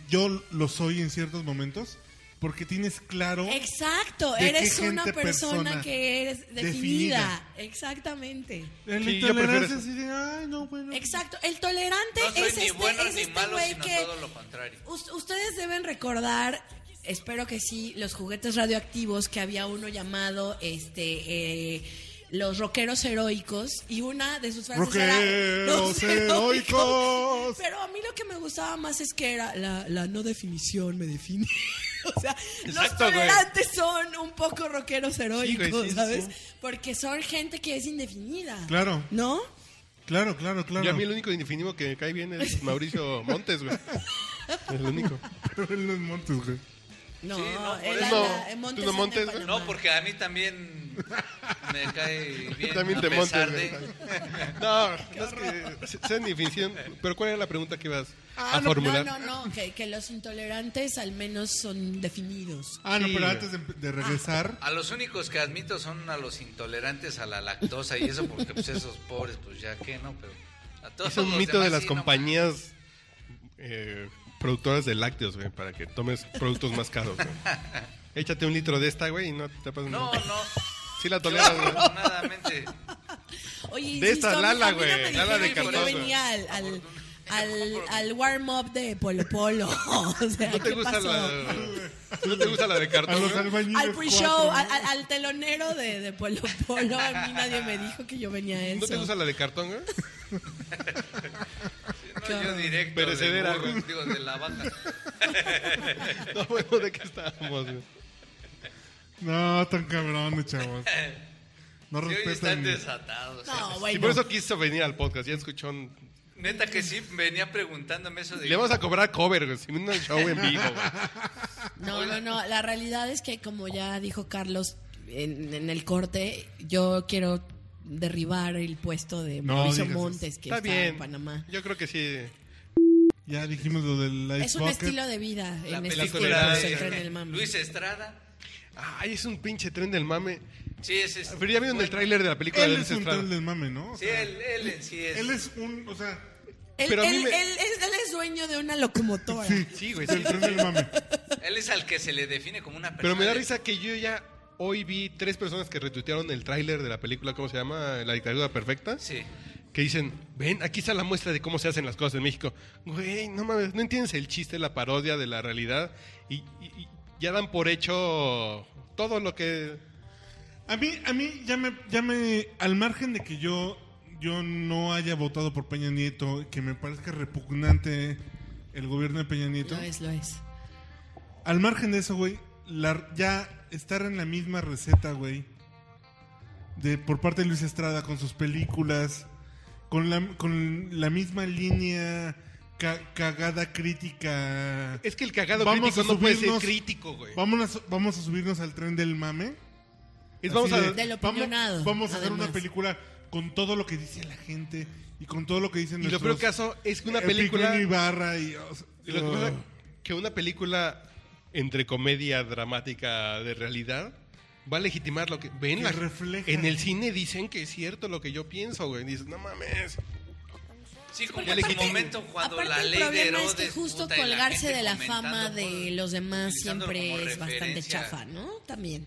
Speaker 1: Yo lo soy en ciertos momentos. Porque tienes claro.
Speaker 2: exacto.
Speaker 1: ¿De qué
Speaker 2: Eres una
Speaker 1: gente,
Speaker 2: persona,
Speaker 1: persona
Speaker 2: que eres definida. Exactamente.
Speaker 1: El
Speaker 4: Sí, yo
Speaker 1: intolerancia
Speaker 4: prefiero
Speaker 1: así de. Ay, no, bueno.
Speaker 2: Exacto. El tolerante
Speaker 3: No soy
Speaker 2: es
Speaker 3: ni
Speaker 2: este,
Speaker 3: bueno
Speaker 2: es
Speaker 3: ni
Speaker 2: este
Speaker 3: malo,
Speaker 2: güey
Speaker 3: sino
Speaker 2: que
Speaker 3: todo lo contrario.
Speaker 2: Us- Ustedes deben recordar, espero que sí, los juguetes radioactivos que había uno llamado este eh, los rockeros heroicos y una de sus frases era
Speaker 1: Rockeros
Speaker 2: "Los
Speaker 1: heroicos.
Speaker 2: Pero a mí lo que me gustaba más es que era la, la no definición me define. [LAUGHS] o sea, los
Speaker 4: Exacto, güey.
Speaker 2: tolerantes son un poco rockeros heroicos,
Speaker 4: sí, sí,
Speaker 2: ¿sabes?
Speaker 4: sí.
Speaker 2: Porque son gente que es indefinida.
Speaker 1: Claro.
Speaker 2: ¿No?
Speaker 1: Claro, claro, claro.
Speaker 4: Yo a mí el único indefinido que me cae bien es Mauricio
Speaker 2: [LAUGHS]
Speaker 4: Montes, güey. Es el único.
Speaker 1: [LAUGHS] Pero en los montes, güey.
Speaker 2: No,
Speaker 3: Sí, no, por
Speaker 2: era
Speaker 4: eso.
Speaker 2: la-
Speaker 4: Tú
Speaker 2: Montes anda
Speaker 4: no
Speaker 2: en
Speaker 4: montes, ¿no?
Speaker 2: Panamá.
Speaker 3: No, porque a mí también me
Speaker 4: [LAUGHS]
Speaker 3: cae bien.
Speaker 4: También
Speaker 3: a
Speaker 4: te
Speaker 3: pesar
Speaker 4: montes, güey.
Speaker 3: de-
Speaker 4: No, no es que se- sean indefinidos. Pero ¿cuál era la pregunta que ibas
Speaker 2: Ah,
Speaker 4: a
Speaker 2: no,
Speaker 4: formular?
Speaker 2: No, no, no, que, que los intolerantes al menos son definidos.
Speaker 1: Ah, no,
Speaker 4: Sí,
Speaker 1: pero
Speaker 4: güey.
Speaker 1: antes de, de regresar.
Speaker 3: A los únicos que admito son a los intolerantes a la lactosa y eso porque pues esos pobres pues ya que no, pero a todos
Speaker 4: Es
Speaker 3: [LAUGHS]
Speaker 4: un
Speaker 3: los
Speaker 4: mito de
Speaker 3: demás
Speaker 4: las
Speaker 3: sí, no
Speaker 4: compañías eh, productoras de lácteos, güey, para que tomes productos más
Speaker 3: [LAUGHS]
Speaker 4: caros, güey. Échate un litro de esta, güey, y no te pasa
Speaker 3: No,
Speaker 4: nada.
Speaker 3: no. [LAUGHS]
Speaker 4: Sí la
Speaker 3: Yo,
Speaker 4: toleras, güey.
Speaker 3: afortunadamente.
Speaker 2: Oye,
Speaker 4: De
Speaker 2: insisto,
Speaker 4: esta
Speaker 2: a mí- a
Speaker 4: Lala,
Speaker 2: mí no me
Speaker 4: güey, Lala de
Speaker 2: dijeron que yo
Speaker 3: cartón,
Speaker 2: venía al, al, al, al warm-up de Polo Polo. [LAUGHS] O sea,
Speaker 4: ¿No te
Speaker 2: ¿qué
Speaker 4: gusta
Speaker 2: pasó?
Speaker 4: la, ¿no te gusta la de
Speaker 1: A
Speaker 4: cartón?
Speaker 1: los
Speaker 4: güey?
Speaker 1: albañiles.
Speaker 2: Al pre-show,
Speaker 1: cuatro,
Speaker 2: al, al- al telonero de, de Polo Polo, a mí nadie me dijo que yo venía a eso.
Speaker 4: ¿No te gusta la de cartón, güey?
Speaker 3: No, yo directo.
Speaker 4: Perecedera,
Speaker 3: del burro,
Speaker 4: güey.
Speaker 3: digo, de la vaca.
Speaker 4: [LAUGHS] No, bueno, ¿de qué estábamos, güey?
Speaker 1: No, tan cabrón, chavos. No
Speaker 3: Sí, hoy están
Speaker 1: respetan.
Speaker 3: desatados.
Speaker 2: No,
Speaker 4: Y
Speaker 2: bueno.
Speaker 4: por eso quiso venir al podcast, ya escuchó un-
Speaker 3: Neta que sí, venía preguntándome eso de...
Speaker 4: Le vamos a cobrar cover, güey, si no el show en vivo,
Speaker 2: [LAUGHS]
Speaker 4: güey.
Speaker 2: No, no, no. La realidad es que, como ya dijo Carlos en, en el corte, yo quiero derribar el puesto de
Speaker 1: No
Speaker 2: Mauricio
Speaker 1: digas eso.
Speaker 2: Montes, que está, en Panamá.
Speaker 4: Yo creo que sí.
Speaker 1: Ya dijimos lo del Ice
Speaker 2: Es un
Speaker 1: Bucket.
Speaker 2: estilo de vida
Speaker 3: la
Speaker 2: en este tiempo,
Speaker 3: película
Speaker 4: tiempos
Speaker 2: se
Speaker 3: de
Speaker 2: entra en el mame.
Speaker 3: Luis Estrada.
Speaker 4: Ay, es un pinche tren del mame.
Speaker 3: Sí, ese es...
Speaker 4: Ah, Pero ya vieron el tráiler de la película de
Speaker 1: Él
Speaker 4: Luis
Speaker 1: es un
Speaker 4: Estrada.
Speaker 1: tal del mame, ¿no? O
Speaker 3: Sí,
Speaker 1: sea,
Speaker 3: él, él en sí es...
Speaker 1: él es un. O sea,
Speaker 2: Él,
Speaker 4: Pero a mí
Speaker 2: él-
Speaker 4: me-
Speaker 2: él es, él es dueño de una locomotora.
Speaker 4: Sí, güey,
Speaker 1: es el
Speaker 4: Pues
Speaker 1: tren
Speaker 4: sí.
Speaker 1: del mame.
Speaker 3: Él es al que se le define como una persona.
Speaker 4: Pero me da
Speaker 3: de-
Speaker 4: risa que yo ya hoy vi tres personas que retuitearon el tráiler de la película, ¿cómo se llama? La dictadura perfecta.
Speaker 3: Sí.
Speaker 4: Que dicen, ven, aquí está la muestra de cómo se hacen las cosas en México. Güey, no mames, no entiendes el chiste, la parodia de la realidad. Y, y- y ya dan por hecho todo lo que...
Speaker 1: A mí, a mí ya me, ya me, al margen de que yo, yo no haya votado por Peña Nieto, que me parezca repugnante el gobierno de Peña Nieto,
Speaker 2: Lo es, lo es.
Speaker 1: al margen de eso, güey, la- ya estar en la misma receta, güey, de por parte de Luis Estrada con sus películas, con la, con la misma línea ca- cagada crítica.
Speaker 4: Es que el cagado
Speaker 1: Vamos
Speaker 4: crítico
Speaker 1: a
Speaker 4: no puede ser
Speaker 1: subirnos-
Speaker 4: crítico, güey.
Speaker 1: Vamos a, vamos a subirnos al tren del mame.
Speaker 4: Es vamos
Speaker 1: Así
Speaker 4: a...
Speaker 1: de,
Speaker 2: Del
Speaker 1: vamos,
Speaker 2: opinionado,
Speaker 1: vamos a hacer
Speaker 2: además.
Speaker 1: una película con todo lo que dice la gente y con todo lo que dicen
Speaker 4: Y lo
Speaker 1: nuestros...
Speaker 4: peor caso es que una
Speaker 1: eh,
Speaker 4: película...
Speaker 1: Picuín y barra y... o sea,
Speaker 4: Y lo que
Speaker 1: oh.
Speaker 4: pasa que una película entre comedia dramática de realidad va a legitimar lo que ven
Speaker 1: Que
Speaker 4: la-
Speaker 1: refleja.
Speaker 4: en el cine dicen que es cierto lo que yo pienso, güey. Dices, "No mames."
Speaker 3: Sí, como
Speaker 2: Porque
Speaker 3: en su
Speaker 2: aparte-
Speaker 3: momento cuando
Speaker 2: aparte
Speaker 3: la
Speaker 2: el
Speaker 3: ley de
Speaker 2: problema
Speaker 3: Herodes,
Speaker 2: es que justo
Speaker 3: puta, y la
Speaker 2: colgarse
Speaker 3: gente
Speaker 2: de la
Speaker 3: comentando,
Speaker 2: fama de
Speaker 3: pues,
Speaker 2: los demás
Speaker 3: utilizándolo
Speaker 2: siempre
Speaker 3: como
Speaker 2: es bastante
Speaker 3: referencia.
Speaker 2: chafa, ¿no? También.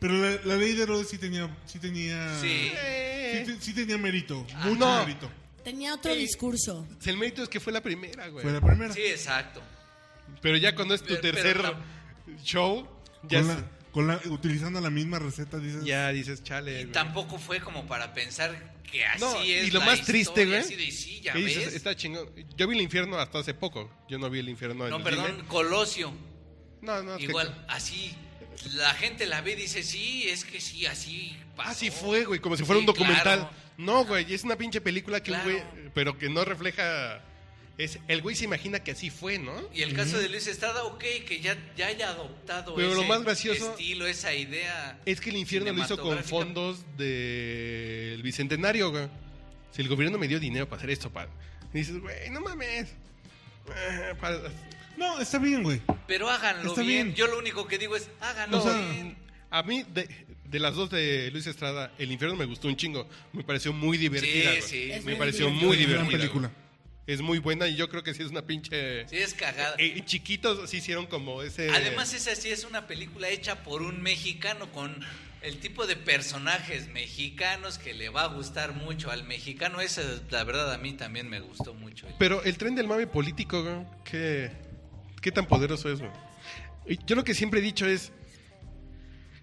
Speaker 1: Pero la, la ley de Herodes sí tenía... Sí, tenía,
Speaker 3: Sí.
Speaker 1: sí te- sí tenía mérito. mucho
Speaker 4: Ah, no.
Speaker 1: mérito.
Speaker 2: Tenía otro discurso.
Speaker 4: El mérito es que fue la primera, güey.
Speaker 1: Fue la primera.
Speaker 3: Sí, exacto.
Speaker 4: Pero ya cuando es tu
Speaker 3: Pero-
Speaker 4: tercer
Speaker 3: pero tam-
Speaker 4: show, ya,
Speaker 1: Con
Speaker 4: es-
Speaker 1: la- con la- utilizando la misma receta, dices...
Speaker 4: ya dices, chale. güey".
Speaker 3: Tampoco fue como para pensar que así
Speaker 4: No,
Speaker 3: es.
Speaker 4: y lo
Speaker 3: la
Speaker 4: más triste,
Speaker 3: historia,
Speaker 4: güey.
Speaker 3: así de, sí, ya
Speaker 4: que dices,
Speaker 3: ves.
Speaker 4: está chingón. Yo vi el infierno hasta hace poco. Yo no vi el infierno en
Speaker 3: No,
Speaker 4: el
Speaker 3: perdón,
Speaker 4: cine.
Speaker 3: Colosio.
Speaker 4: No, no, es que-
Speaker 3: Igual, así. La gente la ve y dice, sí, es que sí, así pasó.
Speaker 4: Así Ah, fue, güey, como si fuera
Speaker 3: Sí,
Speaker 4: un documental.
Speaker 3: claro.
Speaker 4: No, güey, es una pinche película que un
Speaker 3: Claro.
Speaker 4: güey, pero que no refleja es el güey se imagina que así fue, ¿no?
Speaker 3: Y el caso de Luis Estrada, ok, que ya, ya haya adoptado
Speaker 4: Pero
Speaker 3: ese
Speaker 4: lo más gracioso-
Speaker 3: estilo, esa idea.
Speaker 4: Es que el infierno lo hizo con
Speaker 3: cinematográfica.
Speaker 4: fondos del bicentenario, güey. Si el gobierno me dio dinero para hacer esto, padre. Y dices, güey, no mames. Ah, para-
Speaker 1: No, está bien, güey.
Speaker 3: Pero háganlo
Speaker 1: Está
Speaker 3: bien.
Speaker 1: bien.
Speaker 3: Yo lo único que digo es, háganlo
Speaker 4: O sea,
Speaker 3: bien.
Speaker 4: a mí de, de las dos de Luis Estrada, El infierno me gustó un chingo. Me pareció muy divertida.
Speaker 3: Sí,
Speaker 4: güey.
Speaker 3: sí.
Speaker 2: Es
Speaker 4: Me
Speaker 2: muy
Speaker 4: pareció
Speaker 2: divertida.
Speaker 4: muy
Speaker 1: Gran
Speaker 4: divertida.
Speaker 1: película.
Speaker 4: güey. Es muy buena y yo creo que sí es una pinche
Speaker 3: Sí, es cagada.
Speaker 4: Eh, chiquitos sí hicieron como ese.
Speaker 3: Además, esa sí es una película hecha por un mexicano con el tipo de personajes mexicanos que le va a gustar mucho al mexicano. Esa, la verdad, a mí también me gustó mucho.
Speaker 4: Pero el tren del mame político, güey, ¿qué, qué tan poderoso es, güey? Y Yo lo que siempre he dicho es.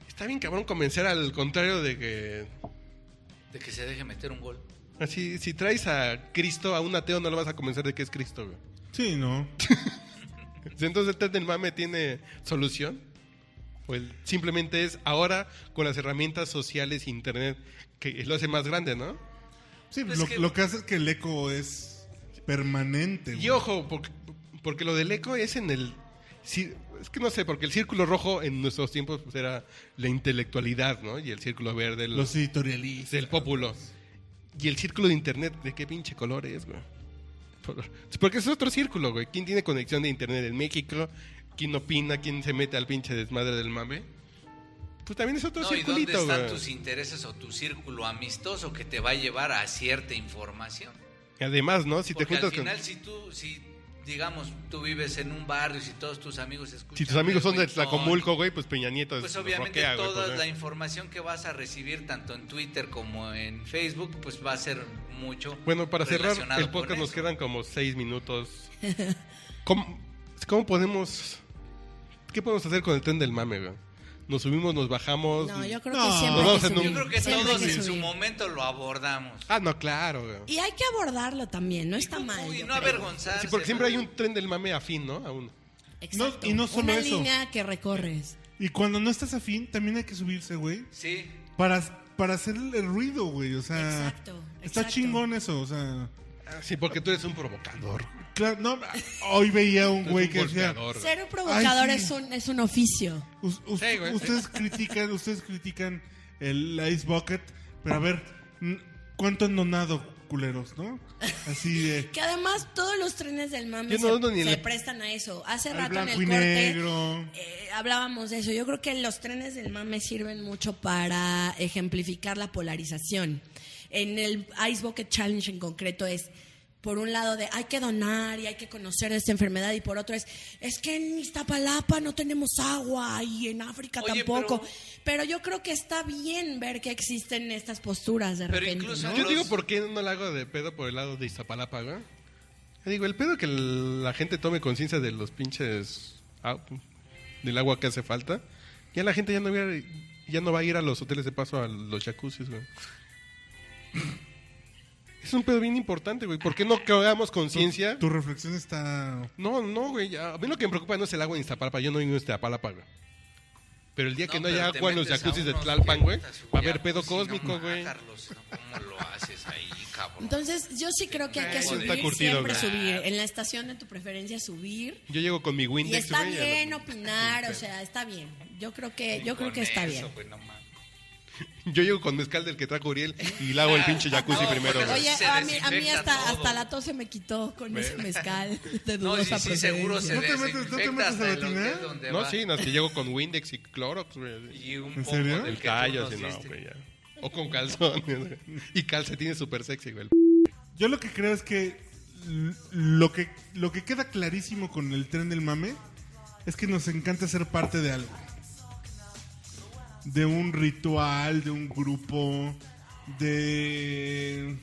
Speaker 4: Está bien cabrón convencer al contrario de que.
Speaker 3: De que se deje meter un gol.
Speaker 4: Así, si traes a Cristo, a un ateo, no lo vas a convencer de que es Cristo, güey.
Speaker 1: Sí, no.
Speaker 4: Entonces, ¿el tren del mame tiene solución? Pues simplemente es ahora con las herramientas sociales, internet, que lo hace más grande, ¿no?
Speaker 1: Sí,
Speaker 3: Pues
Speaker 1: lo,
Speaker 3: que-
Speaker 1: lo que hace es que el eco es permanente. güey.
Speaker 4: Y ojo, porque, porque lo del eco es en el... sí, Es que no sé, porque el círculo rojo en nuestros tiempos pues, era la intelectualidad, ¿no? Y el círculo verde, el,
Speaker 1: Los editorialistas.
Speaker 4: el pópulo. Y el círculo de internet, ¿de qué pinche color es, güey? Por- Porque es otro círculo, güey. ¿Quién tiene conexión de internet en México? ¿Quién opina? ¿Quién se mete al pinche desmadre del mame? Pues también es otro
Speaker 3: No, ¿y dónde
Speaker 4: circulito,
Speaker 3: están
Speaker 4: güey.
Speaker 3: tus intereses o tu círculo amistoso que te va a llevar a cierta información?
Speaker 4: Además, ¿no? Si te
Speaker 3: Porque
Speaker 4: juntas
Speaker 3: al
Speaker 4: con...
Speaker 3: final, si tú, si digamos, tú vives en un barrio, si todos tus amigos escuchan...
Speaker 4: Si tus amigos son de
Speaker 3: reggaetón,
Speaker 4: Tlacomulco, güey, pues Peña Nieto
Speaker 3: Pues
Speaker 4: es
Speaker 3: obviamente
Speaker 4: rockea, güey,
Speaker 3: toda
Speaker 4: pues,
Speaker 3: la
Speaker 4: ¿no?
Speaker 3: información que vas a recibir tanto en Twitter como en Facebook, pues va a ser mucho.
Speaker 4: Bueno, para cerrar
Speaker 3: relacionado
Speaker 4: el podcast
Speaker 3: con
Speaker 4: nos
Speaker 3: eso.
Speaker 4: quedan como seis minutos. [LAUGHS] ¿Cómo, cómo podemos... ¿Qué podemos hacer con el tren del mame, güey? Nos subimos, nos bajamos.
Speaker 2: No, yo creo
Speaker 1: No.
Speaker 2: que siempre
Speaker 4: Nos
Speaker 2: hay
Speaker 4: vamos en
Speaker 2: que
Speaker 4: un-
Speaker 2: subir.
Speaker 3: Yo creo que
Speaker 2: siempre hay
Speaker 3: todos
Speaker 2: que
Speaker 3: en su
Speaker 2: subir.
Speaker 3: momento lo abordamos.
Speaker 4: Ah, no, claro, güey.
Speaker 2: Y hay que abordarlo también, no está
Speaker 3: Uy,
Speaker 2: mal.
Speaker 3: Y
Speaker 2: yo
Speaker 3: no
Speaker 2: creo.
Speaker 3: avergonzarse.
Speaker 4: Sí, porque siempre hay
Speaker 3: pero-
Speaker 4: un tren del mame afín, ¿no? A uno.
Speaker 2: Exacto.
Speaker 1: No, y no solo
Speaker 2: Una
Speaker 1: eso.
Speaker 2: línea que recorres.
Speaker 1: Y cuando no estás afín, también hay que subirse, güey.
Speaker 3: Sí,
Speaker 1: Para, para hacer el ruido, güey. O sea,
Speaker 2: Exacto,
Speaker 1: está
Speaker 2: exacto.
Speaker 1: chingón eso. O sea,
Speaker 4: Sí, porque Ah, tú eres un provocador.
Speaker 1: claro, no, hoy veía un
Speaker 4: [LAUGHS] Tú eres
Speaker 1: güey
Speaker 4: un
Speaker 1: que decía:
Speaker 4: golpeador, güey.
Speaker 2: Ser un provocador
Speaker 1: Ay, sí.
Speaker 2: es, un, es un oficio.
Speaker 1: "Us- us-
Speaker 4: Sí, güey. [LAUGHS]
Speaker 1: Ustedes critican, ustedes critican el Ice Bucket, pero a ver, n- ¿cuánto han donado, culeros, no? Así de.
Speaker 2: Que además todos los trenes del mame
Speaker 4: Yo no ando ni
Speaker 2: se,
Speaker 4: en
Speaker 2: se
Speaker 4: el-
Speaker 2: prestan a eso. Hace
Speaker 1: al
Speaker 2: rato en el
Speaker 1: blanco y
Speaker 2: corte
Speaker 1: negro.
Speaker 2: eh, hablábamos de eso. Yo creo que los trenes del mame sirven mucho para ejemplificar la polarización. En el Ice Bucket Challenge en concreto es por un lado de hay que donar y hay que conocer esta enfermedad y por otro es es que en Iztapalapa no tenemos agua y en África
Speaker 3: Oye,
Speaker 2: tampoco.
Speaker 3: pero-
Speaker 2: Pero... yo creo que está bien ver que existen estas posturas de
Speaker 3: Pero
Speaker 2: repente.
Speaker 3: incluso-
Speaker 2: ¿no?
Speaker 4: Yo digo por qué no la hago de pedo por el lado de Iztapalapa, güey. Yo digo, el pedo que el- la gente tome conciencia de los pinches au- del agua que hace falta, ya la gente ya no va a, ya no va a ir a los hoteles de paso a los jacuzzis, güey. Es un pedo bien importante, güey. ¿Por qué no que hagamos conciencia?
Speaker 1: Tu reflexión está.
Speaker 4: No, no, güey. ya. A mí lo que me preocupa no es el agua en Iztapalapa. Yo no vivo en Iztapalapa, güey. Pero el día que no
Speaker 3: pero
Speaker 4: haya
Speaker 3: te
Speaker 4: agua en los
Speaker 3: metes a
Speaker 4: jacuzzis de
Speaker 3: unos
Speaker 4: Tlalpan, güey,
Speaker 3: putas,
Speaker 4: va a haber pedo
Speaker 3: jacuzzi, no
Speaker 4: cósmico,
Speaker 3: mames,
Speaker 4: güey.
Speaker 3: Carlos, no, ¿Cómo lo haces ahí? cabrón.
Speaker 2: Entonces, yo sí creo que hay que
Speaker 4: Eso está
Speaker 2: subir,
Speaker 4: curtido,
Speaker 2: siempre
Speaker 4: güey.
Speaker 2: subir. En la estación de tu preferencia, subir.
Speaker 4: Yo llego con mi
Speaker 2: Y
Speaker 4: Windex,
Speaker 2: está
Speaker 4: güey, a la-
Speaker 2: bien opinar, o sea, está bien. Yo creo que, yo creo
Speaker 3: Con
Speaker 2: que está
Speaker 3: eso,
Speaker 2: bien.
Speaker 3: güey, no mames.
Speaker 4: Yo llego con mezcal del que trajo Uriel y le hago el pinche jacuzzi
Speaker 3: No,
Speaker 4: primero.
Speaker 3: porque-
Speaker 4: güey.
Speaker 2: Oye,
Speaker 3: Se
Speaker 2: a mí, a mí
Speaker 3: desinfecta
Speaker 2: hasta,
Speaker 3: todo.
Speaker 2: hasta la tos se me quitó con ese mezcal de
Speaker 3: No,
Speaker 2: dudosa
Speaker 3: sí, sí, seguro se
Speaker 1: ¿No
Speaker 2: procedencia.
Speaker 1: te metes- no te
Speaker 3: desinfecta
Speaker 1: metes a
Speaker 3: hasta
Speaker 1: la
Speaker 3: el hotel
Speaker 1: tina?
Speaker 3: donde
Speaker 4: No,
Speaker 3: va.
Speaker 4: sí, no, que llego con Windex y Clorox, güey.
Speaker 3: Y un
Speaker 1: ¿En
Speaker 3: poco
Speaker 1: serio?
Speaker 3: del
Speaker 4: El
Speaker 3: que tú
Speaker 4: callo,
Speaker 3: nos
Speaker 4: sí, no,
Speaker 3: diste.
Speaker 4: güey, ya. O con calzones, güey. Y calcetines súper sexy, güey.
Speaker 1: Yo lo que creo es que l- lo que lo que queda clarísimo con el tren del mame es que nos encanta ser parte de algo. De un ritual, de un grupo, de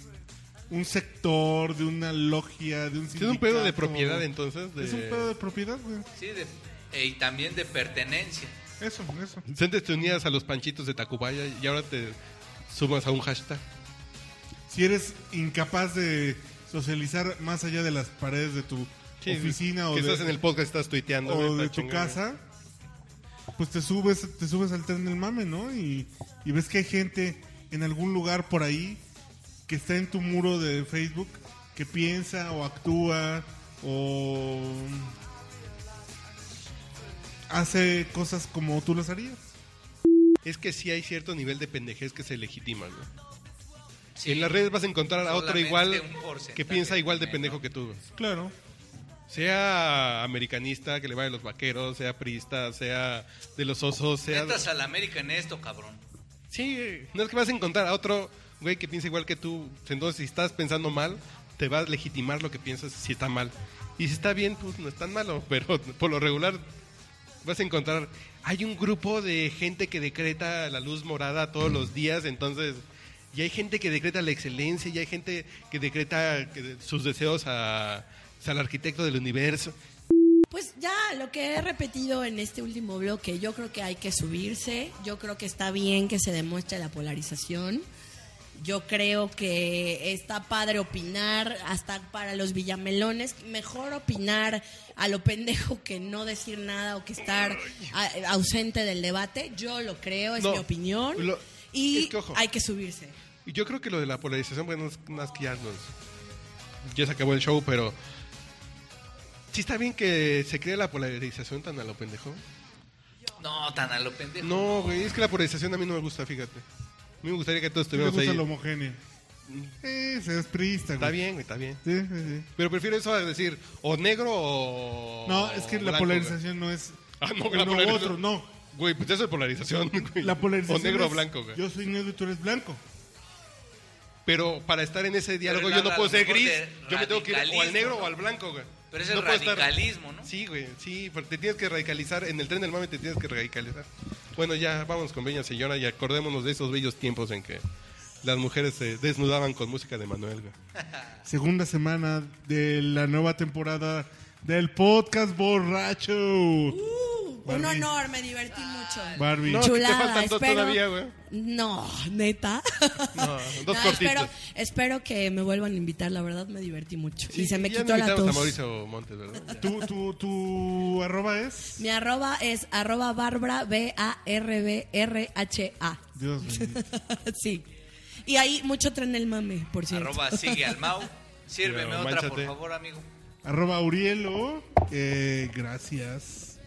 Speaker 1: un sector, de una logia, de un
Speaker 4: ¿Es un pedo
Speaker 1: sindicato.
Speaker 4: de propiedad entonces? De...
Speaker 1: Es un pedo de propiedad, güey.
Speaker 3: Sí, de- eh, y también de pertenencia.
Speaker 1: Eso, eso.
Speaker 4: Antes te unías a los panchitos de Tacubaya y ahora te sumas a un hashtag.
Speaker 1: Si eres incapaz de socializar más allá de las paredes de tu oficina o
Speaker 4: que
Speaker 1: de,
Speaker 4: estás en el podcast, estás tuiteando.
Speaker 1: o
Speaker 4: güey,
Speaker 1: de
Speaker 4: está
Speaker 1: tu
Speaker 4: chingón,
Speaker 1: casa, pues te subes, te subes al tren del mame, ¿no? Y, y ves que hay gente en algún lugar por ahí que está en tu muro de Facebook que piensa o actúa o hace cosas como tú las harías.
Speaker 4: güey. Es que sí hay cierto nivel de pendejez que se legitima, güey.
Speaker 3: Sí.
Speaker 4: En las redes vas a encontrar a otro
Speaker 3: Solamente
Speaker 4: igual
Speaker 3: un porcentaje
Speaker 4: que piensa igual de
Speaker 3: menos.
Speaker 4: pendejo que tú. güey.
Speaker 1: Claro.
Speaker 4: Sea americanista, que le vaya a los vaqueros, sea priista, sea de los osos, sea...
Speaker 3: Metas al América en esto, cabrón.
Speaker 4: Sí, güey. no es que vas a encontrar a otro güey que piensa igual que tú. Entonces, si estás pensando mal, te va a legitimar lo que piensas si está mal. Y si está bien, pues no es tan malo, [LAUGHS] pero por lo regular vas a encontrar... Hay un grupo de gente que decreta la luz morada todos los días, entonces... Y hay gente que decreta la excelencia, y hay gente que decreta que de- sus deseos a, al arquitecto del universo.
Speaker 2: Pues ya, lo que he repetido en este último bloque, yo creo que hay que subirse, yo creo que está bien que se demuestre la polarización, yo creo que está padre opinar, hasta para los villamelones, mejor opinar a lo pendejo que no decir nada o que estar a- ausente del debate, yo lo creo, es
Speaker 4: No,
Speaker 2: mi opinión,
Speaker 4: lo-
Speaker 2: y
Speaker 4: es que ojo.
Speaker 2: hay que subirse.
Speaker 4: Y yo creo que lo de la polarización, bueno, es más que ya nos- Ya se acabó el show, pero. Sí está bien que se cree la polarización tan a lo pendejo.
Speaker 3: No, tan a lo pendejo.
Speaker 4: No, güey, es que la polarización a mí no me gusta, fíjate. A mí me gustaría que todos
Speaker 1: Te me
Speaker 4: estuviéramos
Speaker 1: gusta
Speaker 4: ahí. Mm.
Speaker 1: lo homogéneo. Ese es priista,
Speaker 4: Está
Speaker 1: güey.
Speaker 4: bien, güey, está bien.
Speaker 1: Sí, sí, sí.
Speaker 4: Pero prefiero eso a decir o negro o.
Speaker 1: No, es que la
Speaker 4: Oh, blanco,
Speaker 1: polarización no es
Speaker 4: Ah, no, que la
Speaker 1: uno u
Speaker 4: polarización-
Speaker 1: otro, no.
Speaker 4: Güey. Güey, pues eso es polarización, [LAUGHS] güey.
Speaker 1: La polarización
Speaker 4: O negro o
Speaker 1: es,
Speaker 4: blanco, güey.
Speaker 1: Yo soy negro y tú eres blanco.
Speaker 4: Pero para estar en ese diálogo
Speaker 3: el
Speaker 4: yo no
Speaker 3: ala,
Speaker 4: puedo
Speaker 3: a lo
Speaker 4: ser
Speaker 3: mejor
Speaker 4: gris.
Speaker 3: de
Speaker 4: Yo me tengo que ir o al
Speaker 3: radicalismo,
Speaker 4: negro
Speaker 3: ¿no?
Speaker 4: o al blanco, güey.
Speaker 3: Pero es el
Speaker 4: No puedo estar-
Speaker 3: radicalismo, ¿no?
Speaker 4: Sí, güey, sí, porque te tienes que radicalizar. En el tren del mame te tienes que radicalizar. Bueno, ya vamos con Peña Señora y acordémonos de esos bellos tiempos en que las mujeres se desnudaban con música de Manuel. güey.
Speaker 1: Segunda semana de la nueva temporada del podcast borracho.
Speaker 2: Un
Speaker 1: Barbie.
Speaker 2: honor, me divertí mucho.
Speaker 1: Barbie.
Speaker 4: No, que te
Speaker 2: Chulada,
Speaker 4: faltan dos
Speaker 2: espero-
Speaker 4: todavía, güey.
Speaker 2: No, neta.
Speaker 4: No, dos
Speaker 2: [LAUGHS] No,
Speaker 4: cortitos.
Speaker 2: Espero, espero que me vuelvan a invitar, la verdad me divertí mucho. y se me
Speaker 4: ya
Speaker 2: quitó
Speaker 4: no
Speaker 2: la
Speaker 4: invitamos a
Speaker 2: tos.
Speaker 4: Mauricio Montes, ¿verdad?
Speaker 1: ¿Tu, tu, tu arroba es?
Speaker 2: Mi arroba es arroba barbara B A R B R H A. [LAUGHS]
Speaker 1: Dios mío.
Speaker 2: sí. Y ahí mucho tren el mame, por cierto.
Speaker 3: Arroba sigue al Mau. Sírveme
Speaker 4: Pero
Speaker 3: otra, por
Speaker 4: mánchate.
Speaker 3: favor, amigo.
Speaker 1: Arroba Aurielo. Eh, gracias.